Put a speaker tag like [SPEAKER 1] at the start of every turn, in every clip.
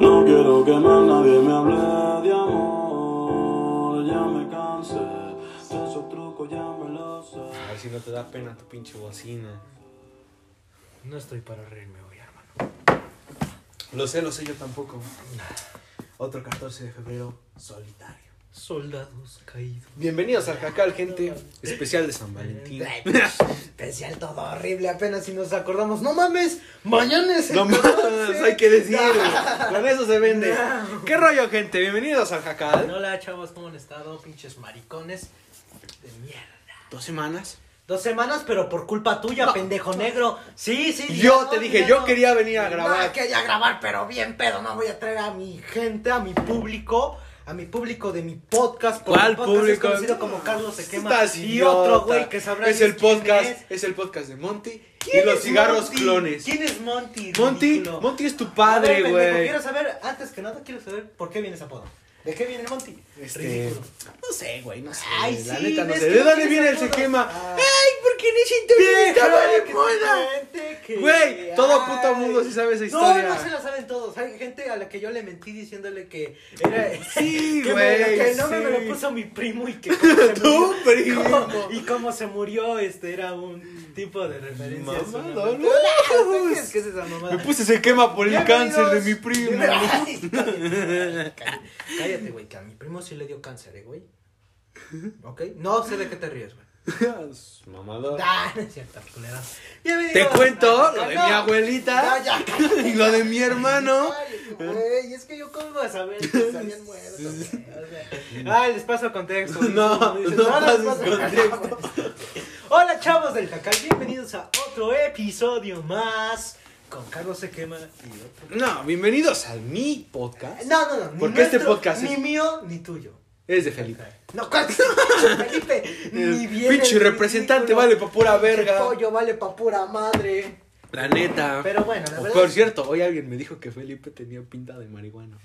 [SPEAKER 1] quiero que más nadie me hable de amor. Ya me cansé de esos trucos, ya me lo sé.
[SPEAKER 2] A ver si no te da pena tu pinche bocina.
[SPEAKER 3] No estoy para reírme hoy, hermano.
[SPEAKER 2] Lo sé, lo sé, yo tampoco. Otro 14 de febrero solitario.
[SPEAKER 3] Soldados caídos.
[SPEAKER 2] Bienvenidos al Jacal, gente. Especial de San Valentín.
[SPEAKER 3] Ay, Especial todo horrible, apenas si nos acordamos. ¡No mames! ¡Mañana es el
[SPEAKER 2] No más,
[SPEAKER 3] 14".
[SPEAKER 2] hay que decirlo. Con eso se vende. ¿Qué rollo, gente? Bienvenidos al Jacal.
[SPEAKER 3] Hola, chavos, ¿cómo han estado? Pinches maricones de mierda.
[SPEAKER 2] Dos semanas.
[SPEAKER 3] Dos semanas, pero por culpa tuya, pendejo negro. Sí, sí.
[SPEAKER 2] Yo
[SPEAKER 3] no,
[SPEAKER 2] te dije,
[SPEAKER 3] dinero.
[SPEAKER 2] yo quería venir a
[SPEAKER 3] No,
[SPEAKER 2] grabar.
[SPEAKER 3] quería grabar, pero bien pedo. No voy a traer a mi gente, a mi público. A mi público de mi podcast. porque
[SPEAKER 2] ¿Cuál
[SPEAKER 3] mi podcast
[SPEAKER 2] público?
[SPEAKER 3] Es conocido como Carlos Se Quema.
[SPEAKER 2] Estás
[SPEAKER 3] y
[SPEAKER 2] idiota.
[SPEAKER 3] otro güey que sabrá
[SPEAKER 2] Es el
[SPEAKER 3] Dios quién
[SPEAKER 2] podcast,
[SPEAKER 3] es.
[SPEAKER 2] es? el podcast de Monty y
[SPEAKER 3] ¿Quién
[SPEAKER 2] los
[SPEAKER 3] es
[SPEAKER 2] cigarros
[SPEAKER 3] Monty?
[SPEAKER 2] clones.
[SPEAKER 3] ¿Quién es Monty?
[SPEAKER 2] Monty,
[SPEAKER 3] ridículo?
[SPEAKER 2] Monty es tu
[SPEAKER 3] A ver,
[SPEAKER 2] padre,
[SPEAKER 3] pendejo,
[SPEAKER 2] güey.
[SPEAKER 3] Quiero saber, antes que nada, quiero saber por qué viene ese apodo. ¿De qué viene el Monty?
[SPEAKER 2] Este,
[SPEAKER 3] Ridículo.
[SPEAKER 2] no sé, güey, no sé.
[SPEAKER 3] Ay,
[SPEAKER 2] la
[SPEAKER 3] sí,
[SPEAKER 2] neta no
[SPEAKER 3] ves
[SPEAKER 2] sé.
[SPEAKER 3] que
[SPEAKER 2] ¿De
[SPEAKER 3] no
[SPEAKER 2] dónde
[SPEAKER 3] tienes
[SPEAKER 2] viene el
[SPEAKER 3] apodo?
[SPEAKER 2] Chequema?
[SPEAKER 3] Ah.
[SPEAKER 2] Ay, porque en ese interview estaba
[SPEAKER 3] Vieja,
[SPEAKER 2] de moda.
[SPEAKER 3] que te cuente que-
[SPEAKER 2] Güey, todo
[SPEAKER 3] Ay.
[SPEAKER 2] puto mundo sí sabe esa
[SPEAKER 3] No,
[SPEAKER 2] historia.
[SPEAKER 3] no se la saben todos. Hay gente a la que yo le mentí diciéndole que era.
[SPEAKER 2] Sí,
[SPEAKER 3] que me-
[SPEAKER 2] güey,
[SPEAKER 3] que el nombre me
[SPEAKER 2] sí.
[SPEAKER 3] lo puso mi primo y que. cómo se
[SPEAKER 2] Tu
[SPEAKER 3] murió-
[SPEAKER 2] primo.
[SPEAKER 3] cómo- y cómo se murió, este era un tipo de referencia. a su
[SPEAKER 2] Mamador.
[SPEAKER 3] nombre. ¿Qué es- ¿Qué es esa mamada?
[SPEAKER 2] Pues, Me puse ese quema por el
[SPEAKER 3] Bienvenidos.
[SPEAKER 2] cáncer de mi primo.
[SPEAKER 3] Ay, cállate, cállate, Cállate, güey, que a mi primo sí le dio cáncer, ¿eh, güey? ¿Ok? No sé de qué te ríes, güey.
[SPEAKER 2] Mamador.
[SPEAKER 3] Ah, no es cierto, culera. Bienvenidos
[SPEAKER 2] Te
[SPEAKER 3] a-
[SPEAKER 2] cuento
[SPEAKER 3] a-
[SPEAKER 2] lo de
[SPEAKER 3] no.
[SPEAKER 2] mi Ah, abuelita
[SPEAKER 3] No, ya,
[SPEAKER 2] y lo de mi hermano.
[SPEAKER 3] Ay, Güey, es que yo cómo iba a saber que se habían muerto. güey? O sea, ay, les paso contexto.
[SPEAKER 2] No,
[SPEAKER 3] Dicen,
[SPEAKER 2] no
[SPEAKER 3] les
[SPEAKER 2] pases
[SPEAKER 3] paso Hola, chavos del Jacal, bienvenidos a otro episodio más con Carlos Se Quema y otro.
[SPEAKER 2] No, bienvenidos a mi podcast.
[SPEAKER 3] No, no, no. ni
[SPEAKER 2] Porque este
[SPEAKER 3] nuestro,
[SPEAKER 2] podcast es-
[SPEAKER 3] Ni mío, ni tuyo.
[SPEAKER 2] Es de Felipe.
[SPEAKER 3] No, ¿cuál? Felipe, ni
[SPEAKER 2] Eh,
[SPEAKER 3] bien.
[SPEAKER 2] pinche
[SPEAKER 3] el
[SPEAKER 2] representante
[SPEAKER 3] ridículo.
[SPEAKER 2] vale pa' pura
[SPEAKER 3] Pinche
[SPEAKER 2] verga.
[SPEAKER 3] pollo vale pa' pura madre.
[SPEAKER 2] La neta.
[SPEAKER 3] Pero bueno, la
[SPEAKER 2] O,
[SPEAKER 3] verdad.
[SPEAKER 2] Por cierto, hoy alguien me dijo que Felipe tenía pinta de marihuana.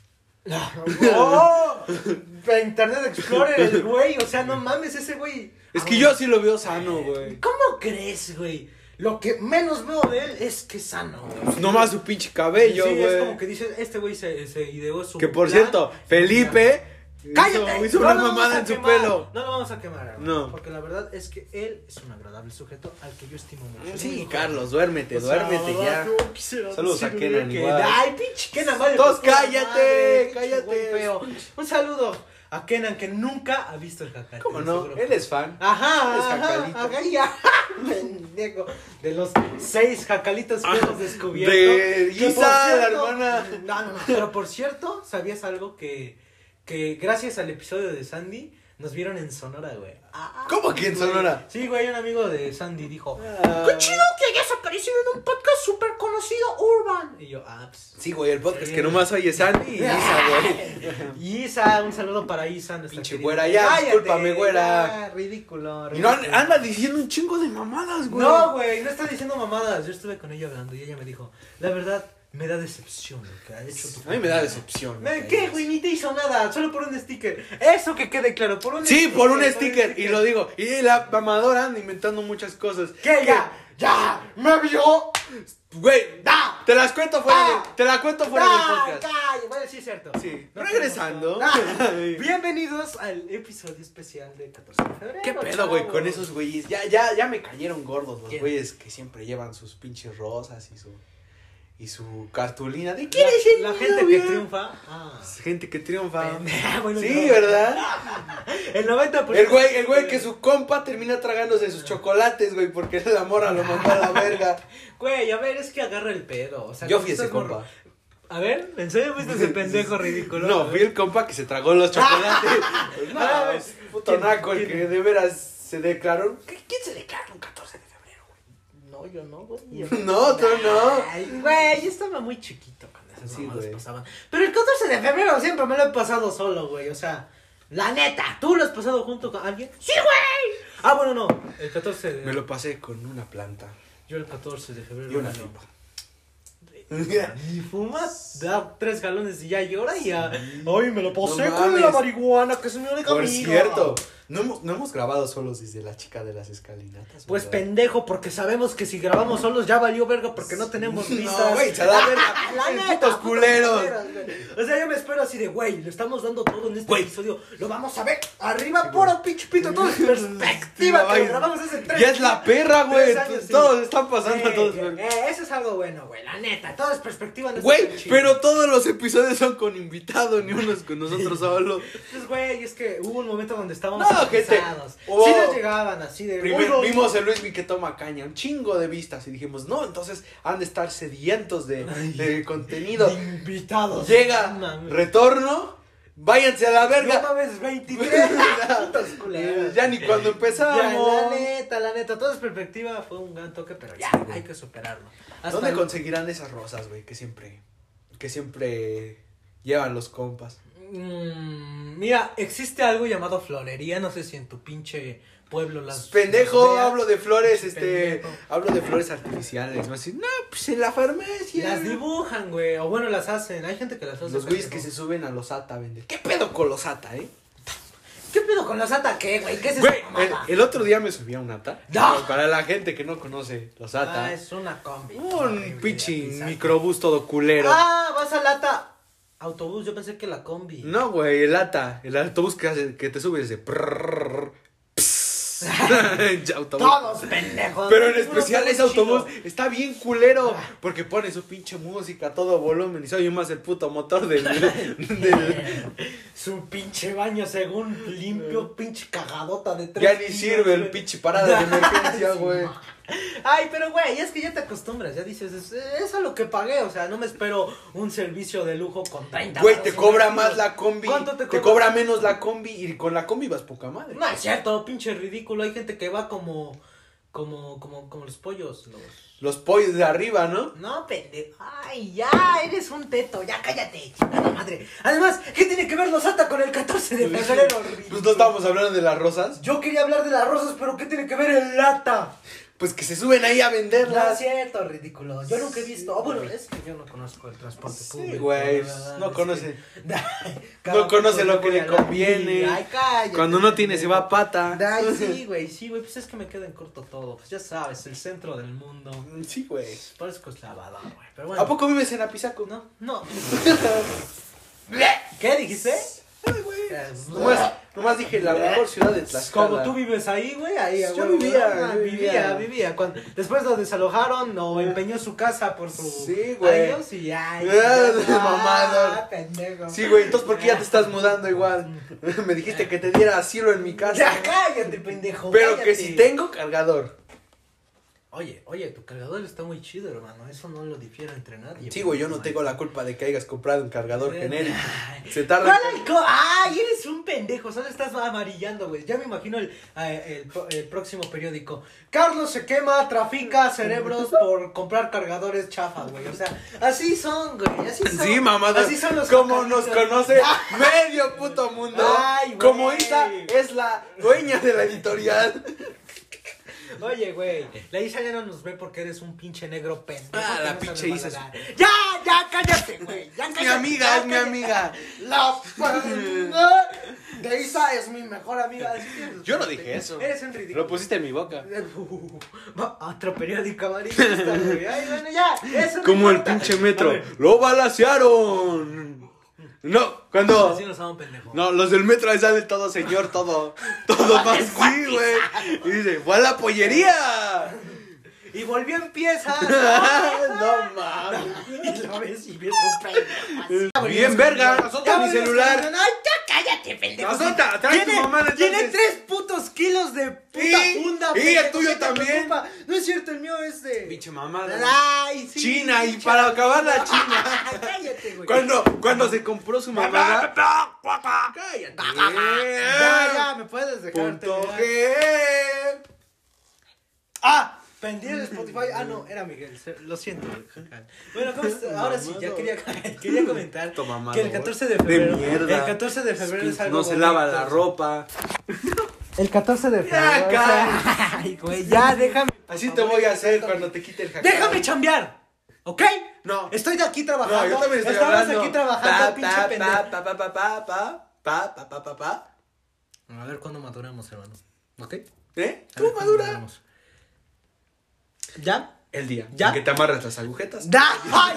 [SPEAKER 3] ¡Oh! Internet Explorer, el güey. O sea, no mames, ese güey.
[SPEAKER 2] Es
[SPEAKER 3] Ah,
[SPEAKER 2] que
[SPEAKER 3] bueno.
[SPEAKER 2] yo sí lo veo sano, güey.
[SPEAKER 3] ¿Cómo crees, güey? Lo que menos veo de él es que es sano. güey.
[SPEAKER 2] Nomás su pinche cabello,
[SPEAKER 3] Sí,
[SPEAKER 2] güey.
[SPEAKER 3] es como que dice, este güey se, se ideó su.
[SPEAKER 2] Que por
[SPEAKER 3] plan.
[SPEAKER 2] cierto, Felipe
[SPEAKER 3] ¡Cállate!
[SPEAKER 2] hizo, hizo
[SPEAKER 3] No
[SPEAKER 2] una
[SPEAKER 3] lo vamos
[SPEAKER 2] mamada
[SPEAKER 3] a
[SPEAKER 2] en su
[SPEAKER 3] quemar,
[SPEAKER 2] pelo.
[SPEAKER 3] No lo vamos a quemar, hermano,
[SPEAKER 2] No.
[SPEAKER 3] Porque la verdad es que él es un agradable sujeto al que yo estimo mucho. Es un
[SPEAKER 2] Sí,
[SPEAKER 3] joven.
[SPEAKER 2] Carlos, duérmete,
[SPEAKER 3] O sea,
[SPEAKER 2] duérmete ya.
[SPEAKER 3] yo quisiera
[SPEAKER 2] Saludos a
[SPEAKER 3] decirle
[SPEAKER 2] Kenan
[SPEAKER 3] que-
[SPEAKER 2] igual.
[SPEAKER 3] Ay, pinche Kenan, vale.
[SPEAKER 2] Todos
[SPEAKER 3] por pura
[SPEAKER 2] cállate,
[SPEAKER 3] madre, pinche
[SPEAKER 2] cállate.
[SPEAKER 3] güey feo. Un saludo a Kenan que nunca ha visto el jacal.
[SPEAKER 2] ¿Cómo no? Ah.
[SPEAKER 3] Seguro.
[SPEAKER 2] Él es fan.
[SPEAKER 3] Ajá,
[SPEAKER 2] Es
[SPEAKER 3] ajá,
[SPEAKER 2] jacalito.
[SPEAKER 3] ajá, y ajá, pendejo. De los seis jacalitos que
[SPEAKER 2] Ah,
[SPEAKER 3] hemos descubierto.
[SPEAKER 2] de
[SPEAKER 3] que por
[SPEAKER 2] Isa, la
[SPEAKER 3] cierto-
[SPEAKER 2] hermana.
[SPEAKER 3] No, no, no, Pero por cierto, ¿sabías algo que, que gracias al episodio de Sandy nos vieron en Sonora, güey? Ah,
[SPEAKER 2] ¿Cómo que en
[SPEAKER 3] güey.
[SPEAKER 2] Sonora?
[SPEAKER 3] Sí, güey, un amigo de Sandy dijo.
[SPEAKER 2] Ah.
[SPEAKER 3] ¡Qué chido que hayas aparecido en un podcast súper conocido, Urban! Y yo, ah, pues.
[SPEAKER 2] Sí, güey, el podcast que nomás oye Sandy y Isa, güey.
[SPEAKER 3] Y Isa, un saludo para Isa. nuestra
[SPEAKER 2] Pinche
[SPEAKER 3] querida-
[SPEAKER 2] güera, ya,
[SPEAKER 3] Cállate,
[SPEAKER 2] discúlpame, güera.
[SPEAKER 3] ya, ridículo,
[SPEAKER 2] Y no,
[SPEAKER 3] ridículo.
[SPEAKER 2] anda diciendo un chingo de mamadas, güey.
[SPEAKER 3] No, güey, no está diciendo mamadas. Yo estuve con ella hablando y ella me dijo, la verdad, me da decepción lo que ha hecho tu
[SPEAKER 2] A mí me da
[SPEAKER 3] familia".
[SPEAKER 2] decepción.
[SPEAKER 3] Me-
[SPEAKER 2] güey.
[SPEAKER 3] ¿Qué, güey? Ni te hizo nada, solo por un sticker. Eso que quede claro, por un
[SPEAKER 2] Sí, por un sticker, y lo digo. Y la mamadora anda inventando muchas cosas.
[SPEAKER 3] ¿Qué? Ya, ya, me vio.
[SPEAKER 2] Güey,
[SPEAKER 3] Da.
[SPEAKER 2] te las cuento fuera,
[SPEAKER 3] Da.
[SPEAKER 2] de- te la cuento fuera
[SPEAKER 3] ¡Ay,
[SPEAKER 2] del podcast.
[SPEAKER 3] calla! Bueno, sí, es cierto.
[SPEAKER 2] Sí.
[SPEAKER 3] No
[SPEAKER 2] Regresando.
[SPEAKER 3] tenemos nada. Bienvenidos al episodio especial de 14 de febrero.
[SPEAKER 2] ¿Qué pedo, güey,
[SPEAKER 3] chavos?
[SPEAKER 2] con esos güeyes? Ya, ya, ya me cayeron gordos los
[SPEAKER 3] ¿Quién?
[SPEAKER 2] güeyes que siempre llevan sus pinches rosas y su y su cartulina. ¿De quién es el
[SPEAKER 3] La, la gente que
[SPEAKER 2] novio?
[SPEAKER 3] triunfa. Ah.
[SPEAKER 2] Gente que triunfa.
[SPEAKER 3] Pendeja, bueno,
[SPEAKER 2] sí,
[SPEAKER 3] no.
[SPEAKER 2] ¿verdad?
[SPEAKER 3] El 90%.
[SPEAKER 2] El güey, el güey que su compa termina tragándose sus chocolates, güey, porque la mora lo mandó a la verga.
[SPEAKER 3] Güey, a ver, es que agarra el pedo. O sea,
[SPEAKER 2] Yo
[SPEAKER 3] cuando
[SPEAKER 2] fui ese
[SPEAKER 3] estás morro-
[SPEAKER 2] compa.
[SPEAKER 3] A ver, ¿en serio fuiste ese pendejo ridículo?
[SPEAKER 2] No, fui el compa que se tragó los chocolates. Pues
[SPEAKER 3] Ah,
[SPEAKER 2] no,
[SPEAKER 3] a ver,
[SPEAKER 2] es puto
[SPEAKER 3] ¿quién-
[SPEAKER 2] naco el
[SPEAKER 3] quién?
[SPEAKER 2] que de veras se declaró. ¿Qué- ¿Quién se declaró un 14 de febrero, güey?
[SPEAKER 3] No, yo no, güey. yo
[SPEAKER 2] No, tú no.
[SPEAKER 3] Ay, güey, yo estaba muy chiquito cuando esas
[SPEAKER 2] Sí,
[SPEAKER 3] mamadas
[SPEAKER 2] güey.
[SPEAKER 3] pasaban. Pero el 14 de febrero siempre me lo he pasado solo, güey. O sea, la neta, ¿tú lo has pasado junto con alguien? ¡Sí, güey! Ah, bueno, no. El 14 de...
[SPEAKER 2] Me lo pasé con una planta
[SPEAKER 3] Yo el 14 de febrero.
[SPEAKER 2] y una
[SPEAKER 3] no.
[SPEAKER 2] pipa.
[SPEAKER 3] Y fuma, da tres galones y ya llora y ya. Ay, me lo pasé
[SPEAKER 2] No
[SPEAKER 3] con la
[SPEAKER 2] mames.
[SPEAKER 3] marihuana, que es mi única
[SPEAKER 2] Por
[SPEAKER 3] amiga.
[SPEAKER 2] cierto, no hemos, no hemos grabado solos desde la chica de las escalinatas.
[SPEAKER 3] Pues
[SPEAKER 2] ¿verdad?
[SPEAKER 3] pendejo, porque sabemos que si grabamos solos ya valió verga porque no tenemos vistas.
[SPEAKER 2] No, güey, se da verga.
[SPEAKER 3] La
[SPEAKER 2] Pinches
[SPEAKER 3] neta,
[SPEAKER 2] putos
[SPEAKER 3] putos
[SPEAKER 2] culeros.
[SPEAKER 3] culeros, güey. O sea, yo me espero así de, güey, le estamos dando todo en este
[SPEAKER 2] Güey.
[SPEAKER 3] episodio. Lo vamos a ver arriba, puro pinche pito, todo es perspectiva. que
[SPEAKER 2] Ay,
[SPEAKER 3] lo grabamos hace tres
[SPEAKER 2] Ya es la perra, güey.
[SPEAKER 3] tres años, sí.
[SPEAKER 2] Todos están pasando,
[SPEAKER 3] Sí,
[SPEAKER 2] todos.
[SPEAKER 3] sí,
[SPEAKER 2] güey.
[SPEAKER 3] eh, eso es algo bueno, güey, la neta. Todo es perspectiva. no está tan
[SPEAKER 2] Güey,
[SPEAKER 3] chido.
[SPEAKER 2] pero todos los episodios son con invitados, ni unos con nosotros solo.
[SPEAKER 3] Pues, güey, es que hubo un momento donde estábamos
[SPEAKER 2] No, gente,
[SPEAKER 3] cansados.
[SPEAKER 2] hubo-
[SPEAKER 3] Sí nos llegaban así de...
[SPEAKER 2] Primero
[SPEAKER 3] "Oigan,
[SPEAKER 2] vimos el Luis que toma caña, un chingo de vistas, y dijimos, no, entonces han de estar sedientos de, de contenido.
[SPEAKER 3] Invitados. No
[SPEAKER 2] Llega,
[SPEAKER 3] mames.
[SPEAKER 2] retorno, váyanse a la
[SPEAKER 3] No
[SPEAKER 2] verga. Eh,
[SPEAKER 3] mames, 23. Putas culeras.
[SPEAKER 2] Ya ni cuando
[SPEAKER 3] Ya, la
[SPEAKER 2] empezamos.
[SPEAKER 3] neta, la neta, toda es perspectiva, fue un gran toque, pero ya, hay que superarlo. Hasta
[SPEAKER 2] ¿Dónde
[SPEAKER 3] el-
[SPEAKER 2] conseguirán esas rosas, güey? Que siempre, que siempre llevan los compas.
[SPEAKER 3] Mm, mira, existe algo llamado florería, no sé si en tu pinche pueblo las...
[SPEAKER 2] Pendejo,
[SPEAKER 3] las veas.
[SPEAKER 2] hablo de flores, este,
[SPEAKER 3] Pendejo.
[SPEAKER 2] hablo de flores artificiales. ¿no? Así, no, pues en la farmacia.
[SPEAKER 3] Las dibujan, güey, o bueno, las hacen, hay gente que las hace.
[SPEAKER 2] Los güeyes que
[SPEAKER 3] pendejo.
[SPEAKER 2] se suben a los ATA a vender. ¿Qué pedo con los ATA, eh?
[SPEAKER 3] ¿Qué pedo con los ataques, güey? ¿Qué es eso?
[SPEAKER 2] Güey, el, el otro día me subí a un ATA.
[SPEAKER 3] ¡No!
[SPEAKER 2] Para la gente que no conoce los ATA.
[SPEAKER 3] Ah, es una combi.
[SPEAKER 2] un
[SPEAKER 3] Horrible,
[SPEAKER 2] pinche
[SPEAKER 3] exacto.
[SPEAKER 2] microbús todo culero.
[SPEAKER 3] Ah, vas a lata. Autobús, yo pensé que la combi.
[SPEAKER 2] No, güey, el ATA. El autobús que, hace- que te subes de. prrrr, pss. Ya, autobús.
[SPEAKER 3] Todos pendejos.
[SPEAKER 2] Pero en
[SPEAKER 3] Ninguno
[SPEAKER 2] especial
[SPEAKER 3] está
[SPEAKER 2] ese
[SPEAKER 3] chido. Ah.
[SPEAKER 2] autobús está bien culero. Porque pone su pinche música a todo volumen y se oye más el puto motor del. del-
[SPEAKER 3] Su pinche baño, según limpio, pinche cagadota de tres.
[SPEAKER 2] Eh. ya ni
[SPEAKER 3] kilos,
[SPEAKER 2] sirve el
[SPEAKER 3] güey.
[SPEAKER 2] pinche parada de emergencia, güey.
[SPEAKER 3] Ay, pero güey, es que ya te acostumbras, ya dices, es, es a lo que pagué, o sea, no me espero un servicio de lujo con 30
[SPEAKER 2] Güey,
[SPEAKER 3] varos
[SPEAKER 2] te cobra más
[SPEAKER 3] invertidos.
[SPEAKER 2] la combi.
[SPEAKER 3] ¿Cuánto te
[SPEAKER 2] te cobra menos la combi y con la combi vas poca madre.
[SPEAKER 3] No es cierto, pinche ridículo, hay gente que va como como como como los pollos, los
[SPEAKER 2] Los pollos de arriba, ¿no?
[SPEAKER 3] No, pendejo. Ay, ya, eres un teto. Ya cállate, chingada madre. Además, ¿qué tiene que ver los ata con el 14 de febrero?
[SPEAKER 2] Pues no estábamos hablando de las rosas.
[SPEAKER 3] Yo quería hablar de las rosas, pero ¿qué tiene que ver el lata?
[SPEAKER 2] Pues que se suben ahí a
[SPEAKER 3] No es
[SPEAKER 2] venderlas.
[SPEAKER 3] cierto, ridículo. Yo nunca he visto. Oh, bueno, es que yo no conozco el transporte
[SPEAKER 2] Sí,
[SPEAKER 3] público.
[SPEAKER 2] güey,
[SPEAKER 3] la verdad
[SPEAKER 2] no
[SPEAKER 3] es
[SPEAKER 2] conoce.
[SPEAKER 3] que- Cada
[SPEAKER 2] No conoce
[SPEAKER 3] poco
[SPEAKER 2] lo que
[SPEAKER 3] voy a
[SPEAKER 2] le
[SPEAKER 3] la-
[SPEAKER 2] conviene.
[SPEAKER 3] Ay, cállate.
[SPEAKER 2] Cuando no tiene se va a pata.
[SPEAKER 3] Ay, sí, güey, sí, güey. Pues es que me queda en corto todo. Pues ya sabes, el centro del mundo.
[SPEAKER 2] Sí, güey.
[SPEAKER 3] Parezco eslavador, güey. Pero bueno.
[SPEAKER 2] ¿A poco vives en Apizaco? No.
[SPEAKER 3] No. ¿Qué dijiste?
[SPEAKER 2] Ay, güey. Nomás, nomás dije la mejor ciudad de Tlaxcala.
[SPEAKER 3] Como tú vives ahí, güey, ahí.
[SPEAKER 2] Yo
[SPEAKER 3] güey,
[SPEAKER 2] vivía,
[SPEAKER 3] ah,
[SPEAKER 2] yo
[SPEAKER 3] vivía, Ah.
[SPEAKER 2] vivía.
[SPEAKER 3] vivía. Cuando- después lo desalojaron o empeñó su casa por su
[SPEAKER 2] Sí, güey.
[SPEAKER 3] adiós y ya.
[SPEAKER 2] Ah,
[SPEAKER 3] y ya-
[SPEAKER 2] de mamador.
[SPEAKER 3] Ah, pendejo.
[SPEAKER 2] Sí, güey, entonces ¿por qué ya te estás mudando igual? Me dijiste que te diera asilo en mi
[SPEAKER 3] Ya
[SPEAKER 2] casa.
[SPEAKER 3] cállate, pendejo.
[SPEAKER 2] Pero que
[SPEAKER 3] cállate.
[SPEAKER 2] si tengo cargador.
[SPEAKER 3] Oye, oye, tu cargador está muy chido, hermano. Eso no lo difiero entre nadie.
[SPEAKER 2] Sí, güey, yo no tengo la culpa de que hayas comprado un cargador genérico.
[SPEAKER 3] Ay.
[SPEAKER 2] Se
[SPEAKER 3] ¿Cuál
[SPEAKER 2] tarda.
[SPEAKER 3] alcohol? ¡Ay, eres un pendejo! Solo estás amarillando, güey. Ya me imagino el, eh, el pro- el próximo periódico. Carlos se quema, trafica cerebros por comprar cargadores chafa, güey. O sea, así son, güey. Así son.
[SPEAKER 2] Sí, mamada.
[SPEAKER 3] Así son los
[SPEAKER 2] Como nos
[SPEAKER 3] cacaritos.
[SPEAKER 2] conoce medio puto mundo.
[SPEAKER 3] Ay, güey.
[SPEAKER 2] Como Isa es la dueña de la editorial.
[SPEAKER 3] Oye, güey. La Isa ya no nos ve porque eres un pinche negro pendejo.
[SPEAKER 2] Ah,
[SPEAKER 3] que
[SPEAKER 2] la
[SPEAKER 3] no
[SPEAKER 2] pinche
[SPEAKER 3] sabe
[SPEAKER 2] Isa es-
[SPEAKER 3] bailar. ¡Ya! ¡Ya! ¡Cállate, güey! ¡Ya
[SPEAKER 2] Es
[SPEAKER 3] cállate!
[SPEAKER 2] mi amiga,
[SPEAKER 3] ya,
[SPEAKER 2] es mi
[SPEAKER 3] cállate.
[SPEAKER 2] amiga.
[SPEAKER 3] La pa- de Isa es mi mejor amiga. pues,
[SPEAKER 2] Yo no dije eso.
[SPEAKER 3] Eres un ridículo.
[SPEAKER 2] pusiste en mi boca.
[SPEAKER 3] Va, Otro periódico amarillista, güey. Ay, bueno, ya. Eso no
[SPEAKER 2] Como el
[SPEAKER 3] importa.
[SPEAKER 2] pinche
[SPEAKER 3] A
[SPEAKER 2] metro.
[SPEAKER 3] ver,
[SPEAKER 2] ¡Lo balasearon! No, cuando.
[SPEAKER 3] Así nos llaman pendejos.
[SPEAKER 2] No, los del metro ahí sale todo señor, todo. Todo más sí, güey. Y dice, ¡fue a la pollería!
[SPEAKER 3] Y volvió en piezas. Ah,
[SPEAKER 2] no mames.
[SPEAKER 3] y lo ves y ves un pendejo. así.
[SPEAKER 2] Bien, verga.
[SPEAKER 3] Ya
[SPEAKER 2] Azota mi
[SPEAKER 3] ves,
[SPEAKER 2] celular.
[SPEAKER 3] cabrón, Ay, ya cállate, pendejo.
[SPEAKER 2] Azota, trae tu
[SPEAKER 3] Tiene-
[SPEAKER 2] mamada,
[SPEAKER 3] Tiene
[SPEAKER 2] entonces.
[SPEAKER 3] tres putos kilos de puta
[SPEAKER 2] Y-
[SPEAKER 3] funda.
[SPEAKER 2] y el
[SPEAKER 3] pendejo,
[SPEAKER 2] tuyo
[SPEAKER 3] ¿qué te
[SPEAKER 2] también.
[SPEAKER 3] preocupa? No es cierto, el mío es de.
[SPEAKER 2] Pinche mamada.
[SPEAKER 3] Ay, sí.
[SPEAKER 2] China, y
[SPEAKER 3] pinche-
[SPEAKER 2] para acabar la China.
[SPEAKER 3] Cállate, güey.
[SPEAKER 2] Cuando, cuando se compró su mamada. Cállate.
[SPEAKER 3] Ya, ya, me puedes dejar.
[SPEAKER 2] Punto
[SPEAKER 3] terminar.
[SPEAKER 2] G. Ah,
[SPEAKER 3] Pendiente de Spotify. Ah, no, era Miguel. se- Lo siento. Jajan. Bueno, ¿cómo está? ahora sí, ya quería, quería comentar
[SPEAKER 2] Tu mamá,
[SPEAKER 3] que el
[SPEAKER 2] ¿no?
[SPEAKER 3] 14 de
[SPEAKER 2] De
[SPEAKER 3] febrero.
[SPEAKER 2] mierda.
[SPEAKER 3] El 14 de febrero es algo.
[SPEAKER 2] no se lava
[SPEAKER 3] bonito.
[SPEAKER 2] la ropa.
[SPEAKER 3] El 14 de febrero.
[SPEAKER 2] Ya,
[SPEAKER 3] o sea, Ay, güey, ya, déjame.
[SPEAKER 2] Así te voy a hacer cuando te quite el jacal.
[SPEAKER 3] Déjame chambear. ¿Ok?
[SPEAKER 2] No.
[SPEAKER 3] Estoy de aquí trabajando.
[SPEAKER 2] No, yo también estoy
[SPEAKER 3] Estamos
[SPEAKER 2] hablando.
[SPEAKER 3] aquí trabajando,
[SPEAKER 2] Pa,
[SPEAKER 3] pinche
[SPEAKER 2] pa,
[SPEAKER 3] pendejo.
[SPEAKER 2] pa, pa, pa, pa, pa, pa, pa, pa, pa, pa.
[SPEAKER 3] A ver cuándo maduramos, hermano. ¿Ok?
[SPEAKER 2] ¿Eh?
[SPEAKER 3] A ver
[SPEAKER 2] ¿Cómo
[SPEAKER 3] cuándo
[SPEAKER 2] madura?
[SPEAKER 3] maduramos. ¿Ya?
[SPEAKER 2] El día.
[SPEAKER 3] ¿Ya?
[SPEAKER 2] en Que te amarras las agujetas.
[SPEAKER 3] ¡Da! ¡Ay!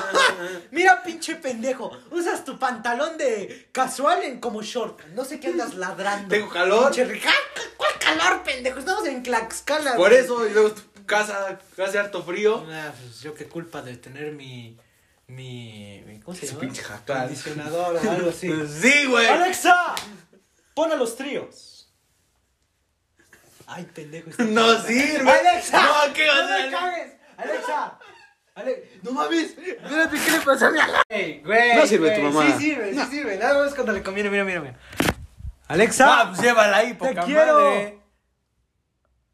[SPEAKER 3] Mira, pinche pendejo. Usas tu pantalón de casual en como short. No sé qué andas ladrando.
[SPEAKER 2] Tengo calor.
[SPEAKER 3] Pinche rica- ¡Ay, ¿Cuál calor, pendejo? Estamos en Tlaxcala.
[SPEAKER 2] Por
[SPEAKER 3] güey.
[SPEAKER 2] eso, y luego tu casa hace harto frío.
[SPEAKER 3] Ah, pues yo qué culpa de tener mi. mi. mi- ¿Cómo se
[SPEAKER 2] Ese
[SPEAKER 3] llama?
[SPEAKER 2] pinche jacal.
[SPEAKER 3] Condicionador o algo así.
[SPEAKER 2] Sí, güey.
[SPEAKER 3] ¡Alexa! ¡Pon a los tríos! Ay, pendejo. este-
[SPEAKER 2] No sirve.
[SPEAKER 3] ¡Alexa!
[SPEAKER 2] No, ¿qué vas
[SPEAKER 3] ah, ¡No me
[SPEAKER 2] a hacer?
[SPEAKER 3] cagues! ¡Alexa! Ale- ¡No mames! Espérate, ¿qué le pasó a mi Alexa? Güey,
[SPEAKER 2] No sirve tu
[SPEAKER 3] güey,
[SPEAKER 2] mamá.
[SPEAKER 3] Sí sirve, sí sirve. Nada más cuando le conviene. Mira, mira, mira. ¡Alexa!
[SPEAKER 2] Ah, pues llévala ahí, poca
[SPEAKER 3] quiero.
[SPEAKER 2] madre.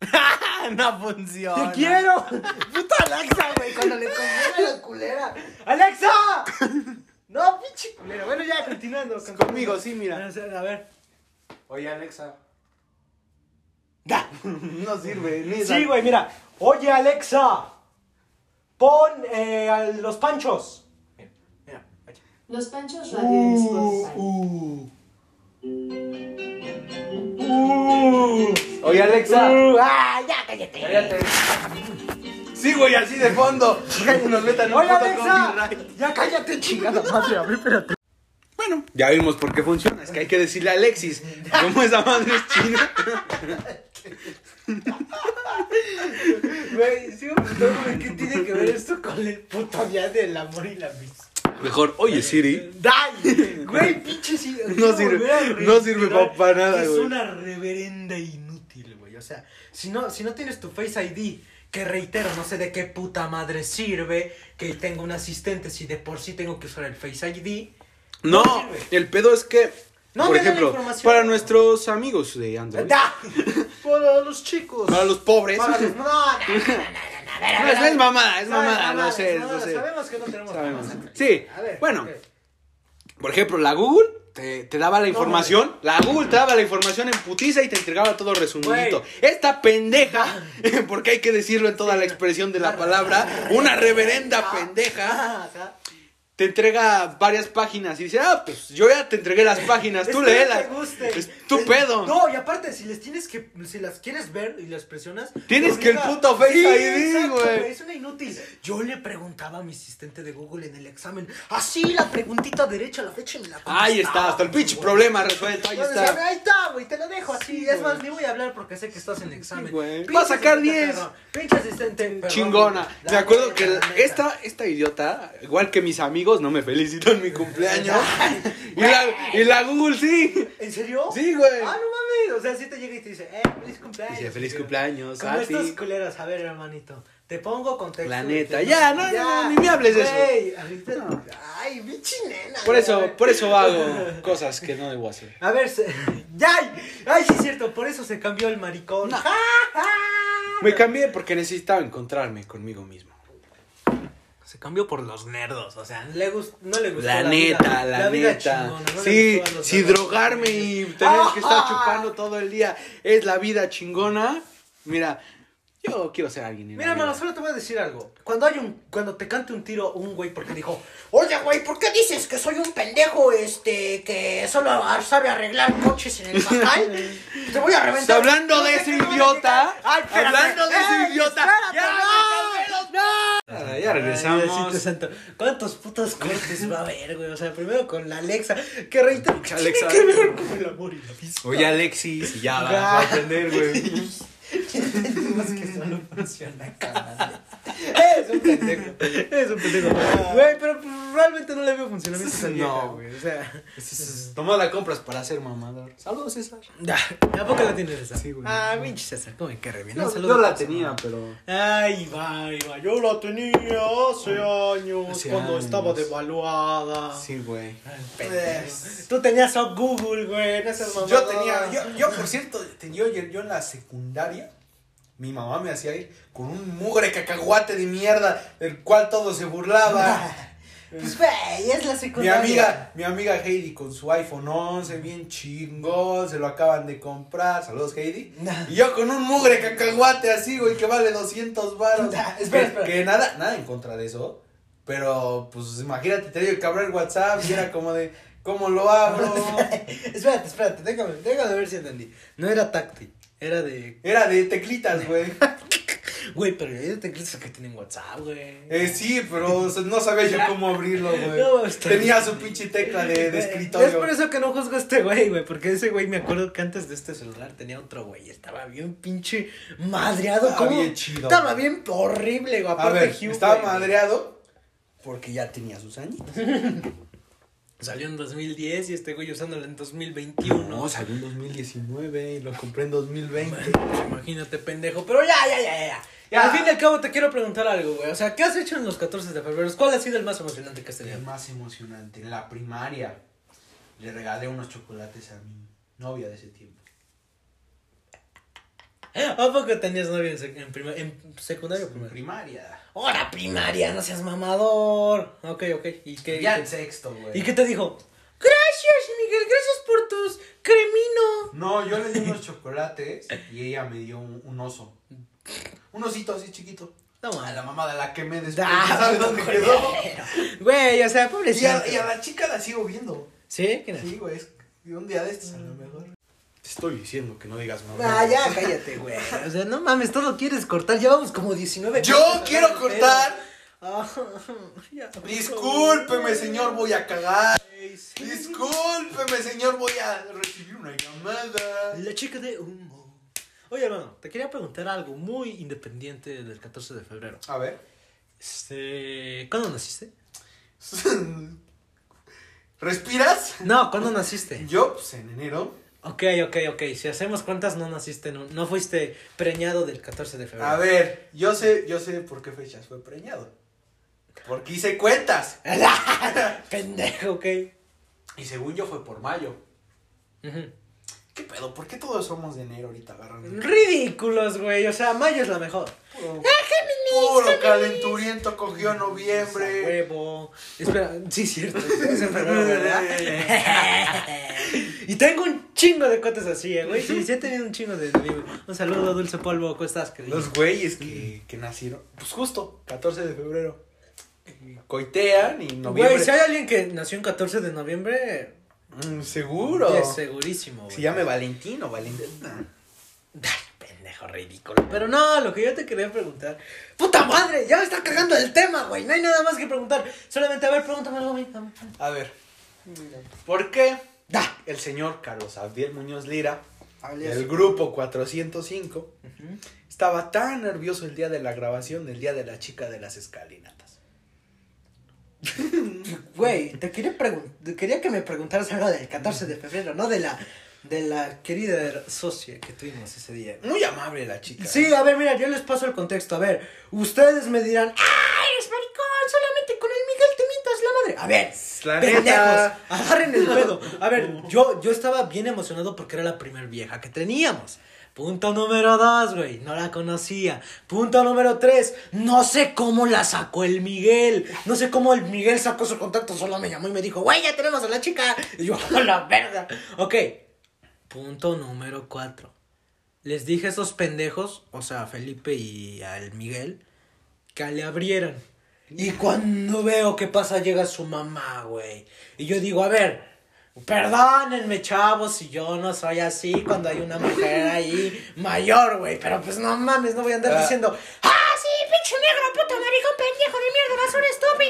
[SPEAKER 2] no funciona.
[SPEAKER 3] ¡Te quiero! ¡Puta Alexa, güey! Cuando le conviene a la culera. ¡Alexa! No, pinche culera. Bueno, ya, continuando. continuando.
[SPEAKER 2] Conmigo, sí, mira.
[SPEAKER 3] A ver.
[SPEAKER 2] Oye, Alexa.
[SPEAKER 3] Da.
[SPEAKER 2] No sirve. Ni
[SPEAKER 3] Sí, güey, mira. Oye, Alexa. Pon eh, a los panchos. Mira, mira.
[SPEAKER 4] Los Panchos Radio en Spotify.
[SPEAKER 2] Oye, Alexa.
[SPEAKER 3] Uh, ah, ya, cállate.
[SPEAKER 2] Sí, güey, así de fondo. Que nos metan un
[SPEAKER 3] Oye,
[SPEAKER 2] puto
[SPEAKER 3] Alexa.
[SPEAKER 2] copyright.
[SPEAKER 3] Ya cállate, chingada madre. A ver, espérate.
[SPEAKER 2] Bueno, ya vimos por qué funciona. Es que hay que decirle a Alexis. Como esa madre es china.
[SPEAKER 3] Güey, sigo preguntándome qué tiene que ver esto con el puto día del amor y la amistad.
[SPEAKER 2] Mejor, oye, Siri.
[SPEAKER 3] ¡Dai! Güey, pinche sí.
[SPEAKER 2] No sirve, no sirve para nada,
[SPEAKER 3] Es
[SPEAKER 2] güey.
[SPEAKER 3] una reverenda inútil, güey. O sea, si no, si no tienes tu Face ID, que reitero, no sé de qué puta madre sirve que tengo un asistente si de por sí tengo que usar el Face ID.
[SPEAKER 2] No,
[SPEAKER 3] No sirve.
[SPEAKER 2] el pedo es que,
[SPEAKER 3] No
[SPEAKER 2] por
[SPEAKER 3] me da la
[SPEAKER 2] ejemplo,
[SPEAKER 3] información.
[SPEAKER 2] para nuestros amigos de Android,
[SPEAKER 3] ¡Dai! Para los chicos.
[SPEAKER 2] para los pobres,
[SPEAKER 3] Para los- No, no, no, no, no, no,
[SPEAKER 2] No, es- es mamada, es
[SPEAKER 3] No,
[SPEAKER 2] mamada, lo sé,
[SPEAKER 3] es mamada,
[SPEAKER 2] lo sé.
[SPEAKER 3] Sabemos que no tenemos
[SPEAKER 2] Sabemos.
[SPEAKER 3] mamada.
[SPEAKER 2] Sí,
[SPEAKER 3] A ver,
[SPEAKER 2] bueno.
[SPEAKER 3] ok.
[SPEAKER 2] por ejemplo, la Google te, te daba la información, la Google te daba la información en putiza y te entregaba todo resumidito.
[SPEAKER 3] Güey.
[SPEAKER 2] Esta pendeja, porque hay que decirlo en toda la expresión de la palabra, una reverenda pendeja.
[SPEAKER 3] Ah, o sea,
[SPEAKER 2] te entrega varias páginas y dice, ah, pues yo ya te entregué las páginas, tú
[SPEAKER 3] Es que no
[SPEAKER 2] léelas.
[SPEAKER 3] te guste.
[SPEAKER 2] Es tu pedo.
[SPEAKER 3] No, y aparte, si les tienes que, si las quieres ver y las presionas.
[SPEAKER 2] Tienes
[SPEAKER 3] te
[SPEAKER 2] que el
[SPEAKER 3] obliga-
[SPEAKER 2] puto Face ID,
[SPEAKER 3] exacto,
[SPEAKER 2] güey.
[SPEAKER 3] Es una inútil. Yo le preguntaba a mi asistente de Google en el examen. Así la preguntita derecha, la fecha y me la contestaba,
[SPEAKER 2] Ahí está, hasta el pinche
[SPEAKER 3] güey.
[SPEAKER 2] problema resuelto, ahí
[SPEAKER 3] Yo decía,
[SPEAKER 2] está.
[SPEAKER 3] Ahí está, güey, te lo dejo así.
[SPEAKER 2] Sí,
[SPEAKER 3] es
[SPEAKER 2] güey.
[SPEAKER 3] más, ni voy a hablar porque sé que estás en el examen.
[SPEAKER 2] güey.
[SPEAKER 3] Pinche
[SPEAKER 2] Va a sacar
[SPEAKER 3] asistente
[SPEAKER 2] 10.
[SPEAKER 3] perrón, Pinche asistente. perrón,
[SPEAKER 2] Chingona.
[SPEAKER 3] güey. La
[SPEAKER 2] Me acuerdo
[SPEAKER 3] neta,
[SPEAKER 2] que
[SPEAKER 3] la
[SPEAKER 2] la-
[SPEAKER 3] neta.
[SPEAKER 2] esta, esta idiota, igual que mis amigos, no me felicitan mi cumpleaños. Y la, y la Google sí.
[SPEAKER 3] ¿En serio?
[SPEAKER 2] Sí, güey.
[SPEAKER 3] Ah, no mames. O sea, si te llega y te dice, eh, feliz cumpleaños.
[SPEAKER 2] Dice, feliz
[SPEAKER 3] Pero-
[SPEAKER 2] cumpleaños,
[SPEAKER 3] Como
[SPEAKER 2] a
[SPEAKER 3] estos
[SPEAKER 2] ti.
[SPEAKER 3] culeros, a ver, hermanito. Te pongo contexto.
[SPEAKER 2] La
[SPEAKER 3] y
[SPEAKER 2] neta,
[SPEAKER 3] te-
[SPEAKER 2] ya, no, no, ni me hables de eso.
[SPEAKER 3] Güey, ahorita- Ay, bichi nena.
[SPEAKER 2] Por
[SPEAKER 3] güey, a ver.
[SPEAKER 2] eso, por eso hago cosas que no debo hacer.
[SPEAKER 3] A ver, se- ya. Ay, sí es cierto, por eso se cambió el maricón.
[SPEAKER 2] No.
[SPEAKER 3] Ja, ja.
[SPEAKER 2] Me cambié porque necesitaba encontrarme conmigo mismo.
[SPEAKER 3] Se cambió por los nerdos, o sea, le gust- no le gustó
[SPEAKER 2] Pues La
[SPEAKER 3] vida,
[SPEAKER 2] neta, la,
[SPEAKER 3] vida
[SPEAKER 2] neta. Ah.
[SPEAKER 3] chingona, no le
[SPEAKER 2] sí,
[SPEAKER 3] gustó a los
[SPEAKER 2] si
[SPEAKER 3] nerdos.
[SPEAKER 2] drogarme y tener que estar chupando todo el día es la vida chingona. Mira, yo quiero ser alguien. en la
[SPEAKER 3] Mira,
[SPEAKER 2] vida.
[SPEAKER 3] mano, solo te voy a decir algo. Cuando hay un, cuando te cante un tiro un güey porque dijo, oye, güey, ¿por qué dices que soy un pendejo, este, que solo ar- sabe arreglar coches en el jacal? te voy a
[SPEAKER 2] Está
[SPEAKER 3] reventar.
[SPEAKER 2] hablando de ese idiota.
[SPEAKER 3] Ay, espérate.
[SPEAKER 2] hablando de ese
[SPEAKER 3] Ey,
[SPEAKER 2] idiota.
[SPEAKER 3] espérate,
[SPEAKER 2] ya,
[SPEAKER 3] no.
[SPEAKER 2] Ah, ya regresamos.
[SPEAKER 3] Diosito santo. ¿Cuántos putos cortes va a haber, güey? O sea, primero con la Alexa. Que reitero, ¿qué
[SPEAKER 2] Alexa.
[SPEAKER 3] tiene que ver con el amor y la amistad?
[SPEAKER 2] Oye, Alexis, ya vas
[SPEAKER 3] Ya.
[SPEAKER 2] a aprender, güey.
[SPEAKER 3] Entendimos que solo funciona cabrón. Es un pendejo. Es un pendejo. Güey, pero pues, realmente no le veo funcionamiento a esa vieja,
[SPEAKER 2] No.
[SPEAKER 3] güey. O sea.
[SPEAKER 2] Toma la compras para ser mamador. Saludos, César.
[SPEAKER 3] Ya. ¿A poco la tienes esa?
[SPEAKER 2] Sí, güey.
[SPEAKER 3] Ah, pinche César, cómo me cae bien.
[SPEAKER 2] No,
[SPEAKER 3] Un
[SPEAKER 2] yo
[SPEAKER 3] saludo
[SPEAKER 2] la
[SPEAKER 3] para
[SPEAKER 2] tenía,
[SPEAKER 3] César.
[SPEAKER 2] pero.
[SPEAKER 3] Ay, va, ahí va. Yo la tenía Ah, hace años
[SPEAKER 2] Hace
[SPEAKER 3] cuando
[SPEAKER 2] años.
[SPEAKER 3] estaba devaluada.
[SPEAKER 2] Sí, güey.
[SPEAKER 3] Pendejo. Tú tenías a Google, güey. No seas mamá.
[SPEAKER 2] Yo tenía, yo, yo, por cierto, tenía, yo, yo en la secundaria, mi mamá me hacía ir con un mugre cacahuate de mierda, del cual todo se burlaba.
[SPEAKER 3] Pues, güey, es la
[SPEAKER 2] mi
[SPEAKER 3] secundaria.
[SPEAKER 2] amiga, mi amiga Heidi con su iPhone 11, bien chingón, se lo acaban de comprar, saludos Heidi. Y yo con un mugre cacahuate así, güey, que vale 200 baros.
[SPEAKER 3] Nah, espera, espera.
[SPEAKER 2] Que, que nada, nada en contra de eso, pero pues imagínate, te digo que abrir WhatsApp y era como de, ¿cómo lo abro?
[SPEAKER 3] espérate, espérate, déjame, déjame ver si entendí. No era táctil, era de.
[SPEAKER 2] Era de teclitas, güey.
[SPEAKER 3] Güey, pero yo te crees que tienen WhatsApp, güey.
[SPEAKER 2] Eh, sí, pero o sea, no sabía yo cómo abrirlo, güey.
[SPEAKER 3] No, está
[SPEAKER 2] Tenía su pinche tecla de, de escritorio.
[SPEAKER 3] Es por eso que no juzgo a este güey, güey. Porque ese güey me acuerdo que antes de este celular tenía otro güey. Estaba bien pinche madreado.
[SPEAKER 2] Estaba
[SPEAKER 3] como-
[SPEAKER 2] Ah, bien chido,
[SPEAKER 3] Estaba
[SPEAKER 2] güey.
[SPEAKER 3] bien horrible, güey.
[SPEAKER 2] A
[SPEAKER 3] Aparte,
[SPEAKER 2] ver,
[SPEAKER 3] Hue,
[SPEAKER 2] estaba
[SPEAKER 3] güey,
[SPEAKER 2] madreado.
[SPEAKER 3] Porque ya tenía sus añitos. Salió en 2010 y este güey usándolo en 2021.
[SPEAKER 2] No, salió en 2019 y lo compré en 2020.
[SPEAKER 3] Pues imagínate, pendejo. Pero ya, ya, ya, ya, ya.
[SPEAKER 2] Ya.
[SPEAKER 3] Al fin y al cabo te quiero preguntar algo, güey. O sea, ¿qué has hecho en los 14 de febrero? ¿Cuál ha sido el más emocionante que has tenido?
[SPEAKER 2] El más emocionante, en la primaria. Le regalé unos chocolates a mi novia de ese tiempo.
[SPEAKER 3] ¿Eh? ¿A poco tenías novio en, sec- en, prima- en secundario o
[SPEAKER 2] En
[SPEAKER 3] primaria?
[SPEAKER 2] primaria.
[SPEAKER 3] ¡Hora primaria! ¡No seas mamador! Ok, ok. ¿Y qué,
[SPEAKER 2] Ya en
[SPEAKER 3] y qué-
[SPEAKER 2] sexto, güey.
[SPEAKER 3] ¿y qué te dijo? Gracias, Miguel. Gracias por tus cremino.
[SPEAKER 2] No, yo le di unos chocolates y ella me dio un, un oso.
[SPEAKER 3] Mm.
[SPEAKER 2] Un osito así chiquito.
[SPEAKER 3] No,
[SPEAKER 2] A
[SPEAKER 3] mames.
[SPEAKER 2] la mamada la que me después.
[SPEAKER 3] Ah,
[SPEAKER 2] ¿Sabes dónde
[SPEAKER 3] culero.
[SPEAKER 2] quedó?
[SPEAKER 3] Güey, o sea,
[SPEAKER 2] Y
[SPEAKER 3] pobrecito.
[SPEAKER 2] a, y a la chica la sigo viendo.
[SPEAKER 3] ¿Sí? ¿Quién es?
[SPEAKER 2] Sí, güey. es- y un día de estos a lo mejor. Mm. Te estoy diciendo que no digas mamada.
[SPEAKER 3] Ah, ya, cállate, güey. O sea, no mames, todo lo quieres cortar. Llevamos como 19
[SPEAKER 2] Yo
[SPEAKER 3] cortes,
[SPEAKER 2] quiero
[SPEAKER 3] pero-
[SPEAKER 2] cortar.
[SPEAKER 3] Ah, ya.
[SPEAKER 2] Discúlpeme, señor, voy a cagar.
[SPEAKER 3] Ay, sí.
[SPEAKER 2] Discúlpeme, señor, voy a recibir una llamada.
[SPEAKER 3] La chica de humo. Oye, hermano, te quería preguntar algo muy independiente del 14 de febrero.
[SPEAKER 2] A ver.
[SPEAKER 3] Este, ¿cuándo naciste?
[SPEAKER 2] ¿Respiras?
[SPEAKER 3] No, ¿cuándo naciste?
[SPEAKER 2] Yo, pues en enero.
[SPEAKER 3] Ok, ok, ok. Si hacemos cuentas, no naciste, en un- no, fuiste preñado del 14 de febrero.
[SPEAKER 2] A ver, yo sé, yo sé por qué fechas fue preñado. Porque hice cuentas.
[SPEAKER 3] Pendejo, ok.
[SPEAKER 2] Y según yo fue por mayo.
[SPEAKER 3] Ujú.
[SPEAKER 2] ¿Qué pedo? ¿Por qué todos somos de enero ahorita agarrando?
[SPEAKER 3] Ridículos, güey. O sea, mayo es la mejor.
[SPEAKER 2] Puro, puro calenturiento cogió
[SPEAKER 3] Pues A
[SPEAKER 2] noviembre.
[SPEAKER 3] huevo. Espera, sí, es cierto. Es en febrero, ¿verdad? y tengo un chingo de cotes así, eh, güey. Sí, sí he tenido un chingo de. de- Un saludo, Dulce Polvo. ¿Cómo estás, querido?
[SPEAKER 2] Ah. Los güeyes que, que nacieron. Pues justo, 14 de febrero. Coitean y noviembre.
[SPEAKER 3] Güey, si hay alguien que nació en 14 de noviembre.
[SPEAKER 2] Mm, Seguro.
[SPEAKER 3] Es segurísimo, güey.
[SPEAKER 2] Se llame Valentino, Valentina.
[SPEAKER 3] Ay, pendejo ridículo. Pero no, lo que yo te quería preguntar. ¡Puta madre! Ya me está cagando el tema, güey. No hay nada más que preguntar. Solamente, a ver, pregúntame algo, güey.
[SPEAKER 2] A ver, ¿por qué da, el señor Carlos Abdiel Muñoz Lira, del grupo 405, estaba tan nervioso el día de la grabación del día de la chica de las escalinatas?
[SPEAKER 3] Güey, te quería preguntar, quería que me preguntaras algo del 14 de febrero, no de la de la querida socia que tuvimos ese día.
[SPEAKER 2] Muy amable la chica.
[SPEAKER 3] Sí, a ver, mira, yo les paso el contexto. A ver, ustedes me dirán, ¡ay, eres maricón! Solamente con el Miguel te mientas la madre. A
[SPEAKER 2] La
[SPEAKER 3] ver, pendejos,
[SPEAKER 2] neta.
[SPEAKER 3] agarren el pedo. A ver, yo, yo estaba bien emocionado porque era la primer vieja que teníamos. Punto número dos, güey, no la conocía. Punto número tres, no sé cómo la sacó el Miguel. No sé cómo el Miguel sacó su contacto, solo me llamó y me dijo, güey, ya tenemos a la chica. Y yo, a la verga. Ok, punto número cuatro. Les dije a esos pendejos, o sea, a Felipe y al Miguel, que le abrieran. Y cuando veo que pasa, llega su mamá, güey. Y yo digo, a ver, perdónenme, chavos, si yo no soy así cuando hay una mujer ahí mayor, güey. Pero pues no mames, no voy a andar
[SPEAKER 2] Ah.
[SPEAKER 3] diciendo, ¡ah, sí, pinche negro, puto maricón,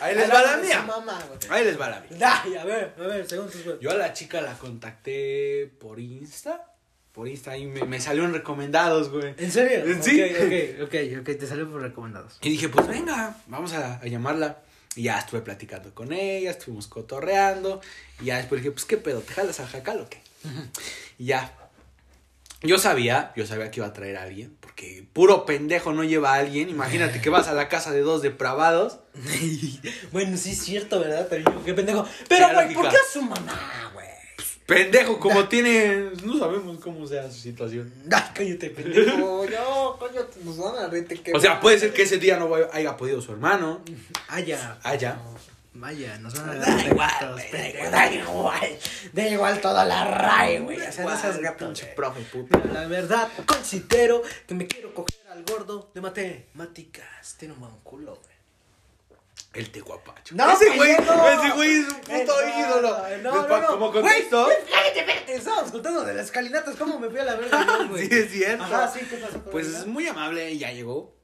[SPEAKER 3] pendejo de mierda, basura estúpida!
[SPEAKER 2] Ahí les
[SPEAKER 3] Al
[SPEAKER 2] va la
[SPEAKER 3] lado de
[SPEAKER 2] mía.
[SPEAKER 3] su mamá, güey.
[SPEAKER 2] Ahí les va la vida.
[SPEAKER 3] Ay, a ver, a ver, según tus güey.
[SPEAKER 2] Yo a la chica la contacté por Insta. Por Insta y me, me salieron recomendados, güey.
[SPEAKER 3] ¿En serio?
[SPEAKER 2] Sí.
[SPEAKER 3] Ok, ok, ok, ok, te salió por recomendados.
[SPEAKER 2] Y dije, pues venga, vamos a, a llamarla. Y ya estuve platicando con ella, estuvimos cotorreando. Y ya después dije, pues qué pedo, ¿te jalas a jacal o qué? y ya. Yo sabía, yo sabía que iba a traer a alguien, porque puro pendejo no lleva a alguien. Imagínate que vas a la casa de dos depravados.
[SPEAKER 3] bueno, sí es cierto, ¿verdad? También, qué pendejo. Pero,
[SPEAKER 2] Era
[SPEAKER 3] güey, ¿por
[SPEAKER 2] lógica.
[SPEAKER 3] qué a su mamá, güey?
[SPEAKER 2] Pendejo, como tiene. No sabemos cómo sea su situación.
[SPEAKER 3] Ay, cállate, pendejo. No, coño, nos van a rete que.
[SPEAKER 2] O sea, puede ser que ese día no vaya- haya podido su hermano.
[SPEAKER 3] Haya.
[SPEAKER 2] Haya.
[SPEAKER 3] Ah, Vaya, nos van a
[SPEAKER 5] Da
[SPEAKER 3] dar
[SPEAKER 5] igual,
[SPEAKER 3] gatos,
[SPEAKER 5] güey, da
[SPEAKER 3] pendejo.
[SPEAKER 5] igual, da igual. Da igual toda la RAE, güey. O sea, no seas gato,
[SPEAKER 2] Pinche
[SPEAKER 5] güey.
[SPEAKER 2] profe, puta.
[SPEAKER 3] La verdad, considero que me quiero coger al gordo de matemáticas. Tiene un buen culo, güey.
[SPEAKER 2] El teguapacho.
[SPEAKER 3] No,
[SPEAKER 2] ese güey,
[SPEAKER 3] pendejo.
[SPEAKER 2] ese güey es un puto
[SPEAKER 3] Eh, no,
[SPEAKER 2] ídolo. Pues,
[SPEAKER 3] no,
[SPEAKER 2] Pa-
[SPEAKER 3] no, no.
[SPEAKER 2] Como
[SPEAKER 3] Güey,
[SPEAKER 2] contexto.
[SPEAKER 5] Cállate, espérate.
[SPEAKER 3] estábamos contando de las escalinatas, ¿cómo me fui a la verga yo, güey?
[SPEAKER 2] Sí, es cierto.
[SPEAKER 3] Ajá, sí, ¿qué pasó? con
[SPEAKER 2] Pues
[SPEAKER 3] ella?
[SPEAKER 2] es muy amable, ya llegó.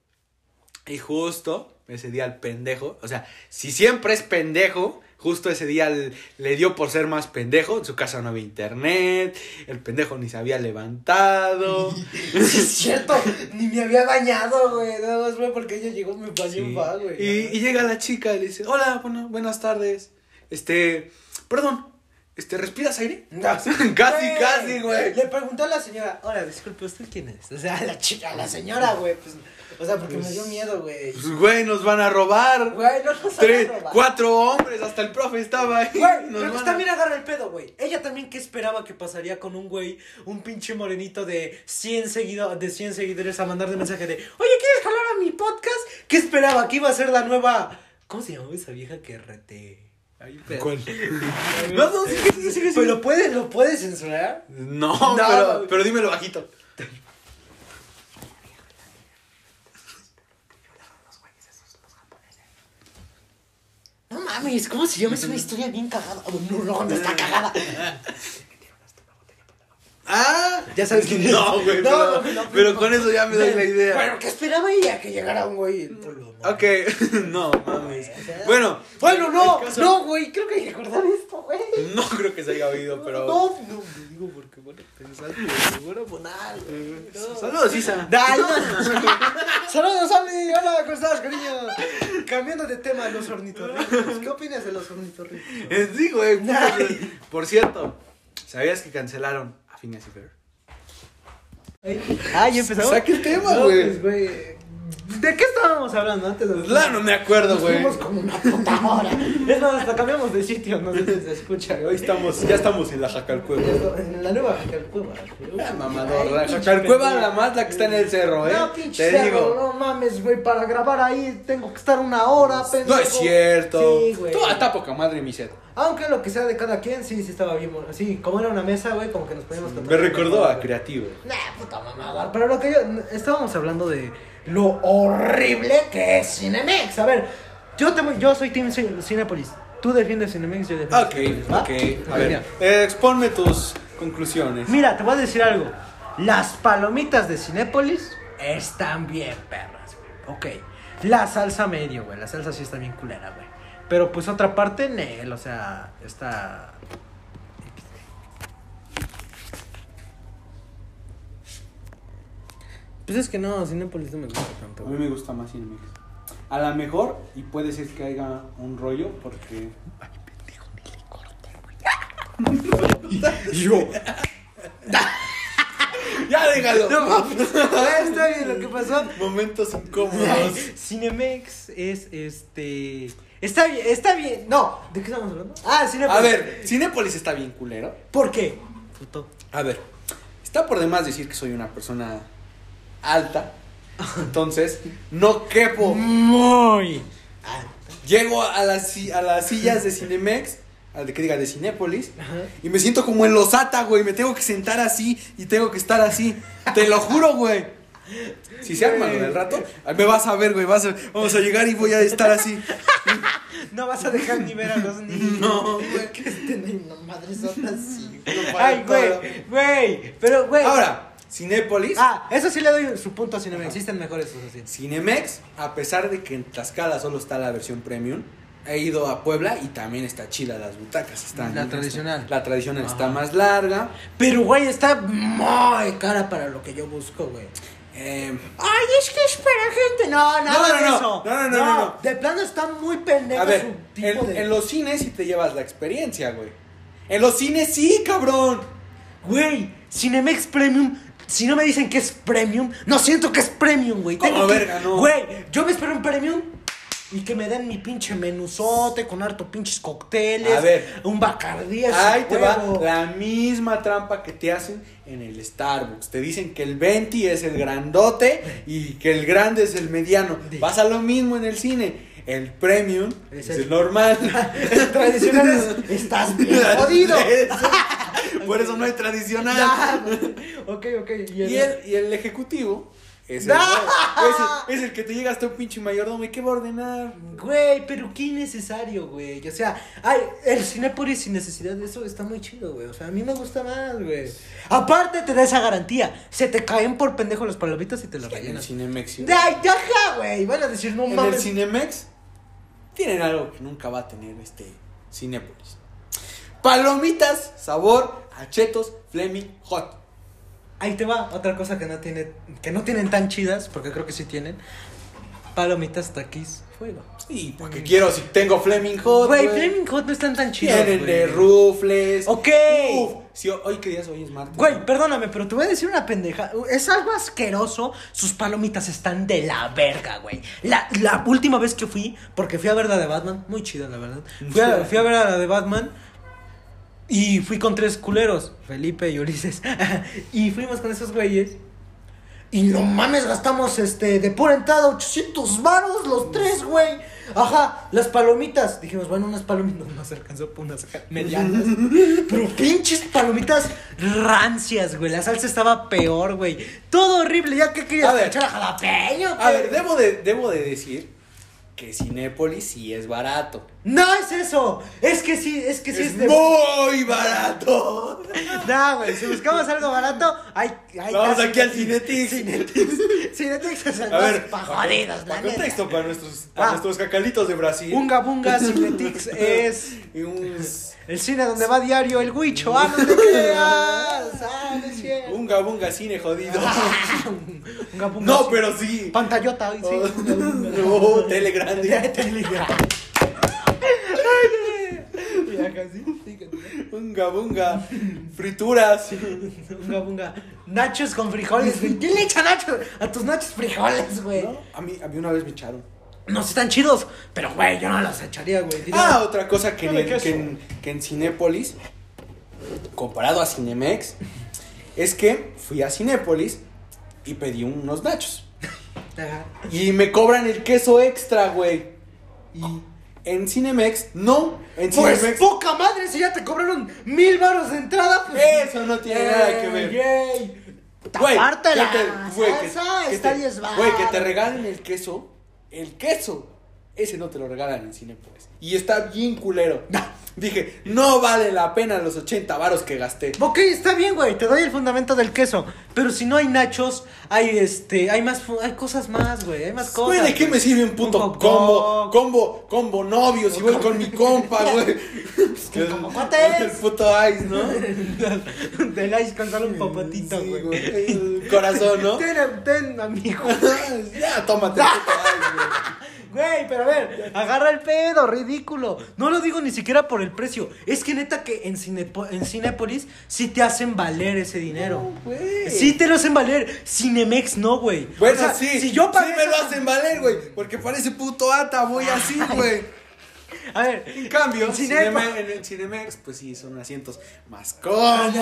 [SPEAKER 2] Y justo ese día el pendejo, o sea, si siempre es pendejo, justo ese día l- le dio por ser más pendejo. En su casa no había internet, el pendejo ni se había levantado.
[SPEAKER 3] Sí, es cierto, ni me había bañado, güey. Nada más fue porque ella llegó, me bañé
[SPEAKER 2] Sí.
[SPEAKER 3] un pa, güey.
[SPEAKER 2] Y, y llega la chica y le dice, hola, bueno, buenas tardes. Este, perdón, este, ¿respiras aire?
[SPEAKER 3] Casi,
[SPEAKER 2] Casi, casi, güey.
[SPEAKER 3] Le preguntó a la señora, hola, disculpe, ¿usted quién es? O sea, la chica, la señora, güey, pues, o sea, porque me dio miedo, güey.
[SPEAKER 2] Pues, güey, nos van a robar.
[SPEAKER 3] Güey, no nos van a
[SPEAKER 2] Tres,
[SPEAKER 3] robar.
[SPEAKER 2] cuatro hombres, hasta el profe estaba ahí.
[SPEAKER 3] Güey,
[SPEAKER 2] Nos
[SPEAKER 3] pero pues
[SPEAKER 2] van a-
[SPEAKER 3] también agarra el pedo, güey. Ella también, ¿qué esperaba que pasaría con un güey, un pinche morenito de 100, seguido, de 100 seguidores a mandarle mensaje de, oye, ¿quieres jalar a mi podcast? ¿Qué esperaba? Que iba a ser la nueva... ¿Cómo se llamaba esa vieja que rete? Ay, pero- No, no, sigue, sigue, sigue, sigue. ¿Pero puede, lo puede censurar?
[SPEAKER 2] No,
[SPEAKER 3] No,
[SPEAKER 2] pero,
[SPEAKER 3] güey.
[SPEAKER 2] pero dímelo bajito.
[SPEAKER 5] No mames, ¿cómo se llama? Es una historia bien cagada. Oh, no, no, no está cagada.
[SPEAKER 2] Ah,
[SPEAKER 3] Ya sabes quién es.
[SPEAKER 2] No, güey,
[SPEAKER 3] No,
[SPEAKER 2] pero,
[SPEAKER 3] no, no, no.
[SPEAKER 2] pero con eso ya me doy la idea.
[SPEAKER 3] Bueno, ¿qué esperaba ella? Que llegara un güey. Bueno,
[SPEAKER 2] Ok, no mames. Bueno,
[SPEAKER 3] bueno no,
[SPEAKER 2] el caso-
[SPEAKER 3] no, güey, creo que hay que recordar esto, güey.
[SPEAKER 2] no creo que se haya oído, pero.
[SPEAKER 3] No, no, no digo porque, bueno, pues, pensar que seguro, pues nada, güey. no.
[SPEAKER 2] Saludos, Isa.
[SPEAKER 3] Dale, Saludos, Andy. Hola, ¿cómo estás, cariño? Cambiando de tema, los ornitorrincos. ¿Qué opinas de los ornitorrincos?
[SPEAKER 2] Sí, güey. eh, Por cierto, ¿sabías que cancelaron a Phineas y Ferb?
[SPEAKER 3] Ah, ya empezamos.
[SPEAKER 2] Saca el tema,
[SPEAKER 3] No,
[SPEAKER 2] güey.
[SPEAKER 3] pues, güey. ¿De qué estábamos hablando antes? de los-
[SPEAKER 2] La, no me acuerdo, güey.
[SPEAKER 5] Fuimos como una puta hora.
[SPEAKER 3] Es más, hasta cambiamos de sitio, no sé si se escucha,
[SPEAKER 2] Hoy
[SPEAKER 3] güey.
[SPEAKER 2] estamos, ya estamos en la Jacalcueva.
[SPEAKER 3] En la nueva Jacalcueva.
[SPEAKER 2] La mamadora. La Jacalcueva, la más la que está en el cerro, ¿eh?
[SPEAKER 3] No, pinche
[SPEAKER 2] Te
[SPEAKER 3] cerro,
[SPEAKER 2] digo.
[SPEAKER 3] no mames, güey, para grabar ahí tengo que estar una hora, pendejo.
[SPEAKER 2] No es cierto.
[SPEAKER 3] Sí, güey.
[SPEAKER 2] Tú hasta poca madre, mi set.
[SPEAKER 3] Aunque lo que sea de cada quien, sí, sí estaba bien bueno. Sí, como era una mesa, güey, como que nos poníamos
[SPEAKER 2] Me recordó a Creativo.
[SPEAKER 5] Nah, puta mamada.
[SPEAKER 3] Ah, Pero lo que yo... Estábamos hablando de...
[SPEAKER 5] Lo horrible que es Cinemex.
[SPEAKER 3] A ver, yo, te- yo soy Team Cin- Cinépolis. Tú defiendes Cinemex, yo defiendo
[SPEAKER 2] Ok,
[SPEAKER 3] Cinépolis, ¿va?
[SPEAKER 2] ok. A
[SPEAKER 3] mira.
[SPEAKER 2] ver, eh, exponme tus conclusiones.
[SPEAKER 3] Mira, te voy a decir algo. Las palomitas de Cinépolis están bien perras, güey. Ok. La salsa medio, güey. La salsa sí está bien culera, güey. Pero pues otra parte, Nel, o sea, está. Pues es que no, Cinépolis no me gusta tanto,
[SPEAKER 2] A mí me gusta más Cinemex. A la mejor, y puede ser que haya un rollo, porque.
[SPEAKER 3] Yo.
[SPEAKER 2] ¡Ya déjalo!
[SPEAKER 3] está bien lo que pasó.
[SPEAKER 2] Momentos incómodos.
[SPEAKER 3] Cinemex es este. Está bien, está bien. No, ¿de qué estamos hablando? Ah, Cinemex.
[SPEAKER 2] A ver, Cinépolis está bien culero.
[SPEAKER 3] ¿Por qué? Puto.
[SPEAKER 2] A ver, está por demás decir que soy una persona alta. Entonces, no quepo.
[SPEAKER 3] Muy.
[SPEAKER 2] Llego a las, si- a las sillas de Cinemex, al de que diga de Cinépolis,
[SPEAKER 3] Ajá.
[SPEAKER 2] y me siento como en losata, güey. Me tengo que sentar así y tengo que estar así. Te lo juro, güey. Si se arma lo del rato, me vas a ver, güey. Vas a- vamos a llegar y voy a estar así.
[SPEAKER 3] No vas a dejar ni ver a los niños.
[SPEAKER 2] No, güey.
[SPEAKER 5] Que estén en una madre sota así.
[SPEAKER 3] Ay, güey, güey. Pero, güey.
[SPEAKER 2] Ahora, Cinépolis.
[SPEAKER 3] Ah, eso sí le doy su punto a Cinemex. Existen mejores asociaciones.
[SPEAKER 2] Cinemex, a pesar de que en Tlaxcala solo está la versión premium, he ido a Puebla y también está chida las butacas. Están,
[SPEAKER 3] La tradicional.
[SPEAKER 2] la tradicional está más larga.
[SPEAKER 3] Pero, güey, está muy cara para lo que yo busco, güey.
[SPEAKER 2] Eh,
[SPEAKER 5] Ay, es que es para gente. No, no.
[SPEAKER 3] Nada
[SPEAKER 2] no,
[SPEAKER 3] de
[SPEAKER 2] no.
[SPEAKER 3] eso.
[SPEAKER 2] No, no, no, no, no.
[SPEAKER 3] De plano está muy pendejo
[SPEAKER 2] a ver,
[SPEAKER 3] su tipo
[SPEAKER 2] en,
[SPEAKER 3] de.
[SPEAKER 2] en los cines sí te llevas la experiencia, güey. En los cines sí, cabrón.
[SPEAKER 3] Güey, Cinemex Premium. Si no me dicen que es premium, no siento que es premium, güey.
[SPEAKER 2] ¿Cómo
[SPEAKER 3] Tengo que-
[SPEAKER 2] verga, no?
[SPEAKER 3] Güey, yo me espero un premium y que me den mi pinche menuzote con harto pinches cócteles.
[SPEAKER 2] A ver.
[SPEAKER 3] Un bacardí. así,
[SPEAKER 2] Ahí te va
[SPEAKER 3] huevo.
[SPEAKER 2] la misma trampa que te hacen en el Starbucks. Te dicen que el 20 es el grandote y que el grande es el mediano. Pasa lo mismo en el cine. El premium
[SPEAKER 3] Es
[SPEAKER 2] es,
[SPEAKER 3] el-
[SPEAKER 2] el normal.
[SPEAKER 3] Tradicional es- estás bien jodido.
[SPEAKER 2] Por eso no hay tradicional.
[SPEAKER 3] Ya. ok, ok.
[SPEAKER 2] Y el, y el ejecutivo Es el, es el- es el que te llega hasta un pinche mayordomo y qué va a ordenar.
[SPEAKER 3] Güey, pero qué innecesario, güey. O sea, ay, el Cinépolis sin necesidad de eso está muy chido, güey. O sea, a mí me gusta más, güey. Aparte te da esa garantía. Se te caen por pendejo las palomitas y te las
[SPEAKER 2] En el
[SPEAKER 3] rellenas.
[SPEAKER 2] Cinemex. sí.
[SPEAKER 3] Ay, ajá, güey. Van a decir, no
[SPEAKER 2] En el
[SPEAKER 3] mames.
[SPEAKER 2] Cinemex tienen algo que nunca va a tener este Cinépolis. Palomitas, sabor, achetos, Fleming, hot.
[SPEAKER 3] Ahí te va otra cosa que no tiene, que no tienen tan chidas, porque creo que sí tienen. Palomitas, taquis, fuego.
[SPEAKER 2] Y porque quiero si tengo Fleming hot.
[SPEAKER 3] Güey,
[SPEAKER 2] güey.
[SPEAKER 3] Flaming Hot no están tan chidas.
[SPEAKER 2] Tienen
[SPEAKER 3] güey.
[SPEAKER 2] de rufles.
[SPEAKER 3] Ok.
[SPEAKER 2] Uf, sí, hoy qué día es, hoy es martes.
[SPEAKER 3] Güey, perdóname, pero te voy a decir una pendeja. Es algo asqueroso. Sus palomitas están de la verga, güey. La, la última vez que fui, porque fui a ver la de Batman, muy chida, la verdad. Fui a, fui a ver a la de Batman y fui con tres culeros, Felipe y Ulises. y fuimos con esos güeyes.
[SPEAKER 5] Y no mames, gastamos este de pura entrada 800 varos los tres, güey.
[SPEAKER 3] Ajá, las palomitas. Dijimos, bueno, unas palomitas. No, Nos alcanzó por unas medianas. Pero pinches palomitas rancias, güey. La salsa estaba peor, güey. Todo horrible. ¿Ya qué
[SPEAKER 2] A
[SPEAKER 3] querías?
[SPEAKER 2] ver.
[SPEAKER 3] ¿Echar a jalapeño?
[SPEAKER 2] A
[SPEAKER 3] qué?
[SPEAKER 2] ver, debo de, debo de decir que Cinépolis sí es barato.
[SPEAKER 3] No es eso. Es que sí, es que sí
[SPEAKER 2] Es
[SPEAKER 3] es de-
[SPEAKER 2] muy barato.
[SPEAKER 3] No, güey. Si buscamos algo barato, hay. hay
[SPEAKER 2] Vamos
[SPEAKER 3] casi-
[SPEAKER 2] aquí al Cinetic.
[SPEAKER 3] Cinetex es el
[SPEAKER 2] A
[SPEAKER 3] más
[SPEAKER 2] ver,
[SPEAKER 3] pa'
[SPEAKER 2] para-
[SPEAKER 3] jodidos, la
[SPEAKER 2] Para
[SPEAKER 3] neta.
[SPEAKER 2] contexto, para nuestros, para
[SPEAKER 3] Ah.
[SPEAKER 2] nuestros cacalitos de Brasil.
[SPEAKER 3] Bunga Bunga Cinetex es
[SPEAKER 2] Y un.
[SPEAKER 3] el cine donde va diario el huicho. Ah, no te creas. Ah, no es cierto.
[SPEAKER 2] Bunga Bunga Cine jodido.
[SPEAKER 3] Ah. Bunga Bunga
[SPEAKER 2] no,
[SPEAKER 3] Cine.
[SPEAKER 2] pero sí.
[SPEAKER 3] Pantallota, hoy sí.
[SPEAKER 2] no, tele grande.
[SPEAKER 3] Ya casi.
[SPEAKER 2] Bunga Bunga. Frituras.
[SPEAKER 3] Bunga Bunga. Nachos con frijoles, güey. ¿Quién le echa nachos? A tus nachos frijoles, güey.
[SPEAKER 2] ¿No? A, mí, a mí una vez me echaron.
[SPEAKER 3] No sí están chidos, pero güey, yo no los echaría, güey.
[SPEAKER 2] Ah, otra cosa que en,
[SPEAKER 3] Dale
[SPEAKER 2] el-
[SPEAKER 3] queso.
[SPEAKER 2] que en- que en Cinépolis, comparado a Cinemex, es que fui a Cinépolis y pedí unos nachos.
[SPEAKER 3] Ajá.
[SPEAKER 2] Y me cobran el queso extra, güey. Y en Cinemex, no. En
[SPEAKER 3] Pues
[SPEAKER 2] Cinemex.
[SPEAKER 3] poca madre, si ya te cobraron mil baros de entrada, pues.
[SPEAKER 2] Eso no tiene nada que ver. Güey,
[SPEAKER 5] Aparte
[SPEAKER 2] que
[SPEAKER 5] la
[SPEAKER 2] te- güey, que-
[SPEAKER 5] salsa
[SPEAKER 2] que
[SPEAKER 5] está
[SPEAKER 2] te-
[SPEAKER 5] 10 varos.
[SPEAKER 2] Güey, que te regalen el queso. El queso. Ese no te lo regalan en Cinepolis. Y está bien culero. Dije, no vale la pena los 80 varos que gasté.
[SPEAKER 3] Ok, está bien, güey, te doy el fundamento del queso. Pero si no hay nachos, hay este, hay más, fu- hay cosas más, güey, hay más cosas.
[SPEAKER 2] Güey, ¿de qué me sirve un puto
[SPEAKER 3] Un hot
[SPEAKER 2] combo?
[SPEAKER 3] dog.
[SPEAKER 2] Combo, combo novio, si voy con mi compa, güey.
[SPEAKER 5] que como cuates.
[SPEAKER 2] El puto ice, ¿no?
[SPEAKER 3] Del ice con solo un popotito,
[SPEAKER 2] Sí,
[SPEAKER 3] güey.
[SPEAKER 2] güey, el Corazón, ¿no?
[SPEAKER 3] Ten, ten, amigo.
[SPEAKER 2] ya, tómate. el puto ice, güey.
[SPEAKER 3] Güey, pero a ver, agarra el pedo, ridículo. No lo digo ni siquiera por el precio. Es que neta que en, Cinepo- en Cinépolis sí te hacen valer ese dinero.
[SPEAKER 2] güey.
[SPEAKER 3] sí te lo hacen valer. Cinemex no, güey.
[SPEAKER 2] Bueno,
[SPEAKER 3] O sea,
[SPEAKER 2] sí.
[SPEAKER 3] Si yo pagué
[SPEAKER 2] sí me lo
[SPEAKER 3] esa-
[SPEAKER 2] hacen valer, güey. Porque parece puto ata, voy así, güey.
[SPEAKER 3] A ver,
[SPEAKER 2] En cambio,
[SPEAKER 3] En Cinemex-
[SPEAKER 2] Cineme- en el Cinemex, pues sí, son asientos más cómodos,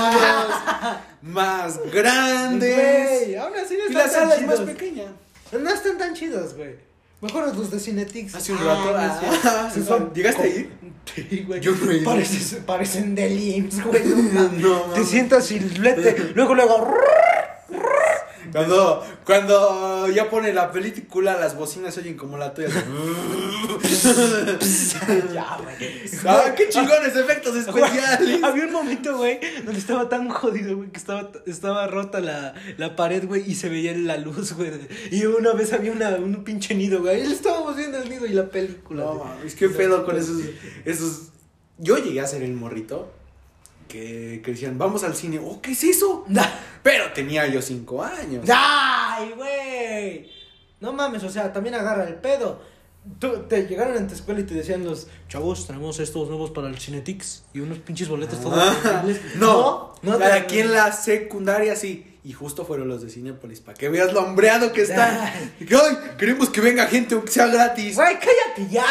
[SPEAKER 2] más
[SPEAKER 3] güey,
[SPEAKER 2] grandes.
[SPEAKER 3] aún así
[SPEAKER 2] Y
[SPEAKER 3] no
[SPEAKER 2] la
[SPEAKER 3] están
[SPEAKER 2] sala
[SPEAKER 3] tan
[SPEAKER 2] es más
[SPEAKER 3] chidos.
[SPEAKER 2] pequeña.
[SPEAKER 3] No están tan chidos, güey. Mejor los de Cinetix.
[SPEAKER 2] Hace un rato.
[SPEAKER 3] Ah, no es
[SPEAKER 2] ah,
[SPEAKER 3] cierto. Son-
[SPEAKER 2] ¿Llegaste a ir?
[SPEAKER 3] Sí, güey.
[SPEAKER 2] Yo no he ido.
[SPEAKER 3] Pareces- parecen del IMSS, güey. No, mames.
[SPEAKER 2] No,
[SPEAKER 3] Te
[SPEAKER 2] mames.
[SPEAKER 3] sientas y lete. Luego, luego.
[SPEAKER 2] Cuando, cuando ya pone la película, las bocinas se oyen como la tuya.
[SPEAKER 3] ya, güey.
[SPEAKER 2] ah, qué chingones efectos especiales.
[SPEAKER 3] Había un momento, güey, donde estaba tan jodido, güey, que estaba, estaba rota la, la pared, güey, y se veía la luz, güey. Y una vez había una, un pinche nido, güey. Y estábamos viendo el nido y la película.
[SPEAKER 2] No,
[SPEAKER 3] güey.
[SPEAKER 2] mames, qué pedo con esos, esos. Yo llegué a ser el morrito que, que decían, vamos al cine. Oh, ¿qué es eso? Pero tenía yo cinco años.
[SPEAKER 3] ¡Ay, güey! No mames, o sea, también agarra el pedo. Tú- te llegaron en tu escuela y te decían los chavos, tenemos estos nuevos para el Cinetix y unos pinches boletos todos horribles".
[SPEAKER 2] Ah. No,
[SPEAKER 3] no,
[SPEAKER 2] la de
[SPEAKER 3] te-
[SPEAKER 2] aquí en la secundaria sí. Y justo fueron los de Cinepolis, para que veas lo hombreado que está. Y que, Ay, queremos que venga gente aunque sea gratis.
[SPEAKER 3] Güey, cállate ya.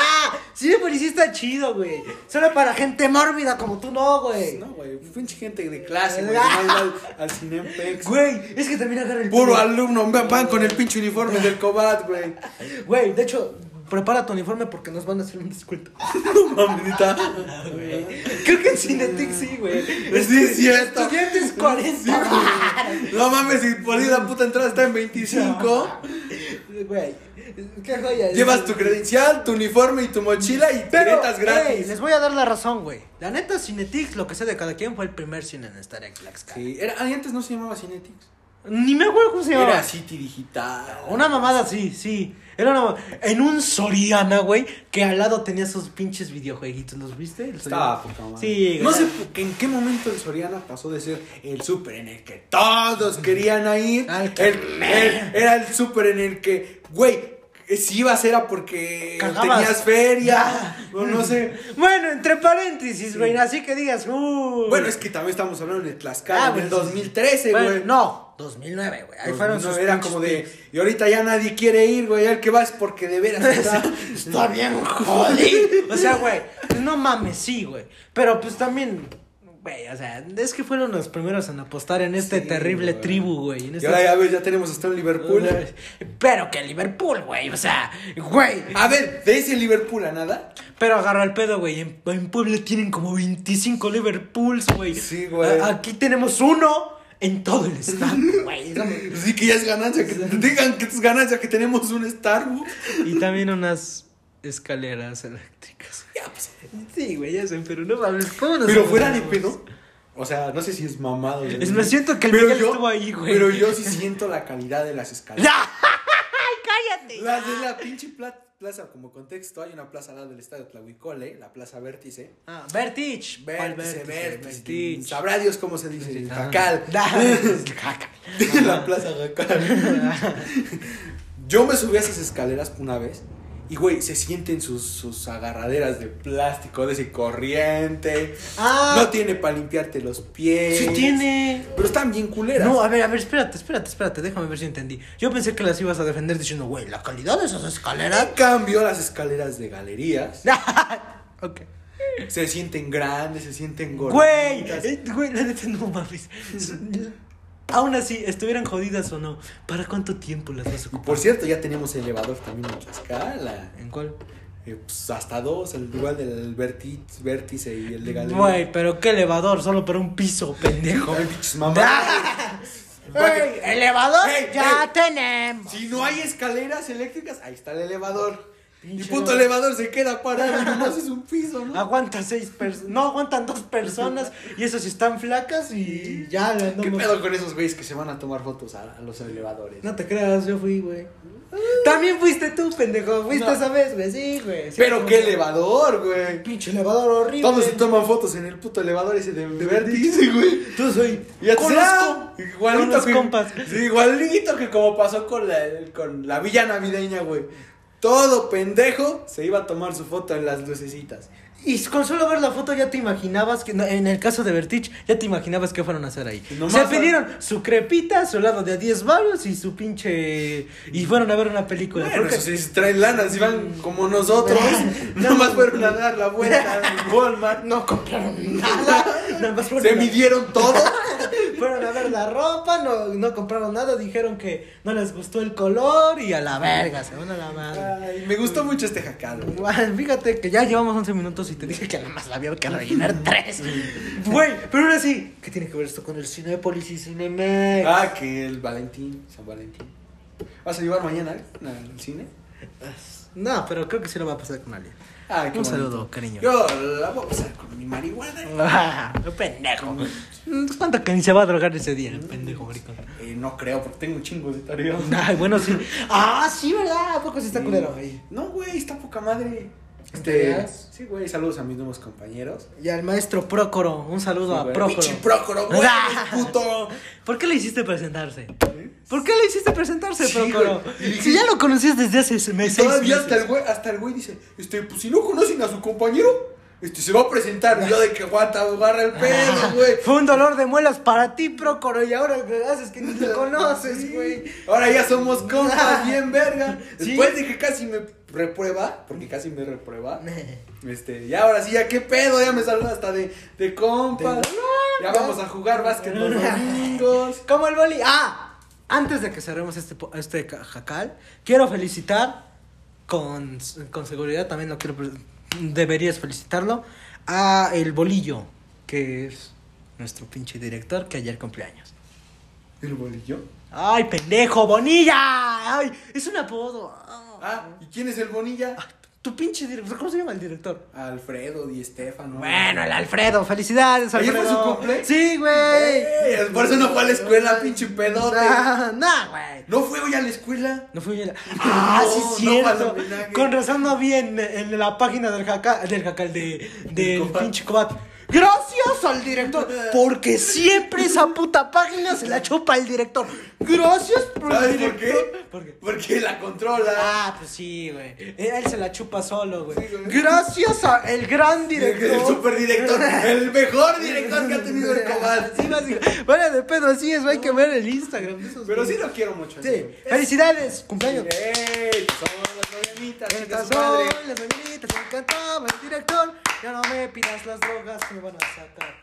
[SPEAKER 3] Sí, pero sí está chido, güey. Solo para gente mórbida como tú no, güey.
[SPEAKER 2] No, güey, pinche gente de clase, güey, que no iba al, al Cinepex.
[SPEAKER 3] Güey, es que también agarra el
[SPEAKER 2] Puro
[SPEAKER 3] pedo.
[SPEAKER 2] alumno, van van con el pinche uniforme del Cobat, güey.
[SPEAKER 3] Güey, de hecho, prepara tu uniforme porque nos van a hacer un descuento.
[SPEAKER 2] Mamadita.
[SPEAKER 3] Creo que en Cinetic sí, güey.
[SPEAKER 2] Sí, es cierto.
[SPEAKER 3] Estudiantes 40.
[SPEAKER 2] No mames, si por ahí la puta entrada está en 25.
[SPEAKER 3] Güey, qué joya. es.
[SPEAKER 2] Llevas tu credencial, tu uniforme y tu mochila y
[SPEAKER 3] Pero,
[SPEAKER 2] piretas
[SPEAKER 3] ey,
[SPEAKER 2] gratis.
[SPEAKER 3] les voy a dar la razón, güey. La neta, Cinetix, lo que sé de cada quien, fue el primer cine en estar en Tlaxcala.
[SPEAKER 2] Sí, era, ah, y antes no se llamaba Cinetics.
[SPEAKER 3] Ni me acuerdo cómo se llamaba.
[SPEAKER 2] Era City Digital.
[SPEAKER 3] Una mamada, sí, sí. Era una mamada. En un Soriana, güey, que al lado tenía esos pinches videojueguitos. ¿Los viste? El
[SPEAKER 2] Estaba
[SPEAKER 3] Soriana.
[SPEAKER 2] poca madre.
[SPEAKER 3] Sí,
[SPEAKER 2] No
[SPEAKER 3] güey.
[SPEAKER 2] sé por- en qué momento el Soriana pasó de ser el súper en el que todos querían ir.
[SPEAKER 3] Al que-
[SPEAKER 2] el- el- era el súper en el que, güey, eh, si ibas era porque
[SPEAKER 3] Cagabas.
[SPEAKER 2] tenías feria. o no sé.
[SPEAKER 3] Bueno, entre paréntesis, güey, así que digas, uh.
[SPEAKER 2] Bueno, es que también estamos hablando de Tlaxcala
[SPEAKER 3] Ah,
[SPEAKER 2] en el
[SPEAKER 3] bueno, sí,
[SPEAKER 2] 2013, güey.
[SPEAKER 3] Bueno, no, 2009, güey. Ahí fueron
[SPEAKER 2] no
[SPEAKER 3] sus
[SPEAKER 2] era
[SPEAKER 3] pinches
[SPEAKER 2] como de y ahorita ya nadie quiere ir, güey, al que vas porque de veras está
[SPEAKER 5] Está bien, jodido.
[SPEAKER 3] O sea, güey, pues no mames, sí, güey. Pero pues también, güey, o sea, es que fueron los primeros en apostar en este
[SPEAKER 2] Sí,
[SPEAKER 3] terrible
[SPEAKER 2] güey.
[SPEAKER 3] tribu, güey. En
[SPEAKER 2] Y
[SPEAKER 3] este...
[SPEAKER 2] ahora ya ves, ya tenemos hasta un Liverpool.
[SPEAKER 3] Pero que Liverpool, güey, o sea, güey.
[SPEAKER 2] A ver, de ese Liverpool a nada.
[SPEAKER 3] Pero agarra el pedo, güey. En, en Puebla tienen como 25 Liverpools, güey.
[SPEAKER 2] Sí, güey.
[SPEAKER 3] A- Aquí tenemos uno en todo el estado, güey. No mames.
[SPEAKER 2] Así que ya es ganancia que te digan que es ganancia que tenemos un Starbucks.
[SPEAKER 3] Y también unas escaleras eléctricas.
[SPEAKER 2] Ya, pues,
[SPEAKER 3] Sí, güey, ya sé, pero no mames, ¿cómo nos
[SPEAKER 2] pero
[SPEAKER 3] vamos
[SPEAKER 2] fuera
[SPEAKER 3] a-
[SPEAKER 2] de pedo. O sea, no sé si es mamado. güey.
[SPEAKER 3] Es- me siento que el
[SPEAKER 2] Pero
[SPEAKER 3] Miguel estuvo ahí, güey.
[SPEAKER 2] Pero yo sí siento la calidad de las escaleras.
[SPEAKER 3] ¡Ya!
[SPEAKER 2] Las de la pinche pla- plaza, como contexto, hay una plaza al lado del estadio Tlahuicole, la plaza Vértice.
[SPEAKER 3] Ah, Vertich. ¿Cuál
[SPEAKER 2] Vértice, vértice.
[SPEAKER 3] Vertich.
[SPEAKER 2] Sabrá Dios cómo se dice.
[SPEAKER 3] Ah.
[SPEAKER 2] Jacal.
[SPEAKER 3] Jacal.
[SPEAKER 2] la plaza Jacal. Yo me subí a esas escaleras una vez. Y, güey, se sienten sus, sus agarraderas de plástico, de ese corriente.
[SPEAKER 3] Ah.
[SPEAKER 2] No tiene para limpiarte los pies.
[SPEAKER 3] Sí tiene.
[SPEAKER 2] Pero están bien culeras.
[SPEAKER 3] No, a ver, a ver, espérate, espérate, espérate, déjame ver si entendí. Yo pensé que las ibas a defender diciendo, güey, la calidad de esas escaleras.
[SPEAKER 2] En cambio, las escaleras de galerías
[SPEAKER 3] ok.
[SPEAKER 2] se sienten grandes, se sienten
[SPEAKER 3] Güey,
[SPEAKER 2] gorditas.
[SPEAKER 3] eh, güey, la neta no mames. Aún así, estuvieran jodidas o no, ¿para cuánto tiempo las vas a
[SPEAKER 2] Y
[SPEAKER 3] ocupar?
[SPEAKER 2] por cierto, ya tenemos elevador también en Tlaxcala.
[SPEAKER 3] ¿En cuál?
[SPEAKER 2] Eh, pues hasta dos, al igual del verti- vértice y el de galería.
[SPEAKER 3] Güey, pero qué elevador, solo para un piso, pendejo.
[SPEAKER 2] Ay, bichos mamadas.
[SPEAKER 5] Ey, elevador
[SPEAKER 2] Ey,
[SPEAKER 5] ya
[SPEAKER 2] ey.
[SPEAKER 5] tenemos.
[SPEAKER 2] Si no hay escaleras eléctricas, ahí está el elevador. Y
[SPEAKER 3] Pinche
[SPEAKER 2] puto
[SPEAKER 3] elevador. Ah,
[SPEAKER 2] elevador se queda parado y nomás es un piso, ¿no?
[SPEAKER 3] Aguanta seis personas. No, aguantan dos personas. Y esas están flacas y ya le
[SPEAKER 2] ¿Qué
[SPEAKER 3] andamos.
[SPEAKER 2] pedo con esos güeyes que se van a tomar fotos a, a los elevadores?
[SPEAKER 3] No te creas, yo fui, güey. También fuiste tú, pendejo. Fuiste esa vez, güey. Sí, güey. Sí,
[SPEAKER 2] Pero
[SPEAKER 3] como-
[SPEAKER 2] qué elevador, güey.
[SPEAKER 3] Pinche elevador horrible.
[SPEAKER 2] Todos se toman fotos en el puto elevador ese de, de vértice, güey.
[SPEAKER 3] Tú soy.
[SPEAKER 2] Ya
[SPEAKER 3] con los com-
[SPEAKER 2] ah, igualito
[SPEAKER 3] con los
[SPEAKER 2] que-
[SPEAKER 3] compas.
[SPEAKER 2] sí, igualito que como pasó con la, con la villa navideña, güey. Todo pendejo se iba a tomar su foto en las lucecitas.
[SPEAKER 3] Y con solo ver la foto ya te imaginabas que, no, en el caso de Vertich, ya te imaginabas qué fueron a hacer ahí.
[SPEAKER 2] Nomás
[SPEAKER 3] Se
[SPEAKER 2] a-
[SPEAKER 3] pidieron su crepita, su lado de a 10 varios y su pinche... Y fueron a ver una película.
[SPEAKER 2] Bueno,
[SPEAKER 3] Creo que-
[SPEAKER 2] eso sí, si traen lana, si van
[SPEAKER 3] Mm.
[SPEAKER 2] como nosotros, nomás fueron a dar la vuelta al Walmart.
[SPEAKER 5] No compraron nada.
[SPEAKER 3] Nada más fueron
[SPEAKER 2] Se
[SPEAKER 3] a-
[SPEAKER 2] midieron todo.
[SPEAKER 3] Fueron a ver la ropa, no, no compraron nada, dijeron que no les gustó el color y a la verga, se van a la madre.
[SPEAKER 2] Ay, me gustó mucho este jacado.
[SPEAKER 3] Igual, Fíjate que ya llevamos 11 minutos y te dije que nada más la había que rellenar tres. Güey, pero ahora sí, ¿qué tiene que ver esto con el Cinepolis y Cinemex?
[SPEAKER 2] Ah, que el Valentín, San Valentín. ¿Vas a llevar mañana al cine?
[SPEAKER 3] No, pero creo que sí lo va a pasar con alguien.
[SPEAKER 2] Ah,
[SPEAKER 3] Un saludo, cariño.
[SPEAKER 2] Yo la voy a pasar con mi marihuana.
[SPEAKER 3] Ah, pendejo. Mm, ¿Cuánto que ni se va a drogar ese día, el pendejo maricón?
[SPEAKER 2] Eh, no creo, porque tengo un chingo de tarea.
[SPEAKER 3] Ay, bueno, sí. Ah, sí, ¿verdad? ¿A poco sí está culero ahí?
[SPEAKER 2] No, güey, está poca madre. Este,
[SPEAKER 3] ¿Creas?
[SPEAKER 2] sí, güey, saludos a mis nuevos compañeros.
[SPEAKER 3] Y al maestro Prócoro, un saludo
[SPEAKER 2] Sí,
[SPEAKER 3] a
[SPEAKER 2] güey.
[SPEAKER 3] Prócoro.
[SPEAKER 2] Pinche Prócoro, güey,
[SPEAKER 3] Ah.
[SPEAKER 2] puto.
[SPEAKER 3] ¿Por qué le hiciste presentarse? ¿Por qué le hiciste presentarse,
[SPEAKER 2] Sí,
[SPEAKER 3] Procoro?
[SPEAKER 2] güey.
[SPEAKER 3] Si ya lo conocías desde hace se- me- seis
[SPEAKER 2] Todavía
[SPEAKER 3] meses.
[SPEAKER 2] hasta el güey, hasta el güey dice, este, pues si no conocen a su compañero, este se va a presentar. Y Yo de que guata, agarra el pedo, güey.
[SPEAKER 3] Fue un dolor de muelas para ti, Prócoro, y ahora que haces que ni te conoces,
[SPEAKER 2] Sí.
[SPEAKER 3] güey.
[SPEAKER 2] Ahora ya somos compas,
[SPEAKER 3] Ah.
[SPEAKER 2] bien verga.
[SPEAKER 3] Sí.
[SPEAKER 2] Después de que casi me reprueba, porque casi me reprueba. Este, y ahora sí, ya qué pedo, ya me saluda hasta de, de compas. Ya vamos a jugar básquet los domingos.
[SPEAKER 3] Como el boli. Ah, antes de que cerremos este, po- este ca- jacal, quiero felicitar con, con seguridad también lo quiero pre- deberías felicitarlo a el bolillo que es nuestro pinche director que ayer cumpleaños
[SPEAKER 2] ¿El bolillo?
[SPEAKER 3] ay pendejo bonilla ay es un apodo Ah.
[SPEAKER 2] Ah, ¿y quién es el Bonilla?
[SPEAKER 3] tu pinche director cómo se llama el director
[SPEAKER 2] Alfredo Di Estefano.
[SPEAKER 3] bueno el Alfredo felicidades
[SPEAKER 2] ¿Ayer
[SPEAKER 3] Alfredo
[SPEAKER 2] fue su cumple?
[SPEAKER 3] sí güey
[SPEAKER 2] Ey, Por eso no fue a la escuela, pinche pedote.
[SPEAKER 3] Ah, nah güey
[SPEAKER 2] No fue hoy a la escuela.
[SPEAKER 3] No fui a la- Ah, sí,
[SPEAKER 2] no,
[SPEAKER 3] es cierto.
[SPEAKER 2] Pablo Vinagre.
[SPEAKER 3] Con razón no vi en, en la página del jacal, del jacal de, del
[SPEAKER 2] Cobat.
[SPEAKER 3] pinche Cobat. Gracias al director, porque siempre esa puta página se la chupa el director. Gracias por
[SPEAKER 2] ¿Sabes
[SPEAKER 3] el
[SPEAKER 2] por qué?
[SPEAKER 3] director. ¿Por qué?
[SPEAKER 2] Porque la controla.
[SPEAKER 3] Ah, pues sí, güey. Eh, Él se la chupa solo, güey.
[SPEAKER 2] Sí, güey.
[SPEAKER 3] Gracias al gran director.
[SPEAKER 2] El superdirector, el mejor director que ha tenido el Cobal.
[SPEAKER 3] Sí, básicamente. Bueno, de pedo, así es, güey, hay que ver el Instagram. de esos
[SPEAKER 2] Pero sí
[SPEAKER 3] güeyes.
[SPEAKER 2] lo quiero mucho.
[SPEAKER 3] Sí. Felicidades, cumpleaños.
[SPEAKER 2] ¡Ey! Somos las mañanitas, chicas,
[SPEAKER 3] Estas
[SPEAKER 2] su madre.
[SPEAKER 3] son las mañanitas, me encantaba el director. Ya no me pidas las drogas que me van a sacar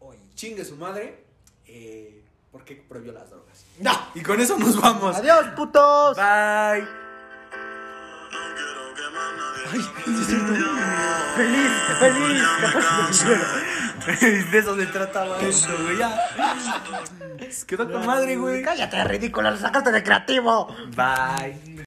[SPEAKER 3] hoy.
[SPEAKER 2] Chingue su madre. Eh, ¿Por qué prohibió las drogas?
[SPEAKER 3] ¡No!
[SPEAKER 2] Y con eso nos vamos.
[SPEAKER 3] ¡Adiós, putos!
[SPEAKER 2] Bye.
[SPEAKER 3] ¡Feliz, feliz!
[SPEAKER 2] De eso se trataba esto, güey. Ya. Quedó con madre, güey.
[SPEAKER 6] Cállate, ridículo, lo sacaste de creativo.
[SPEAKER 2] Bye.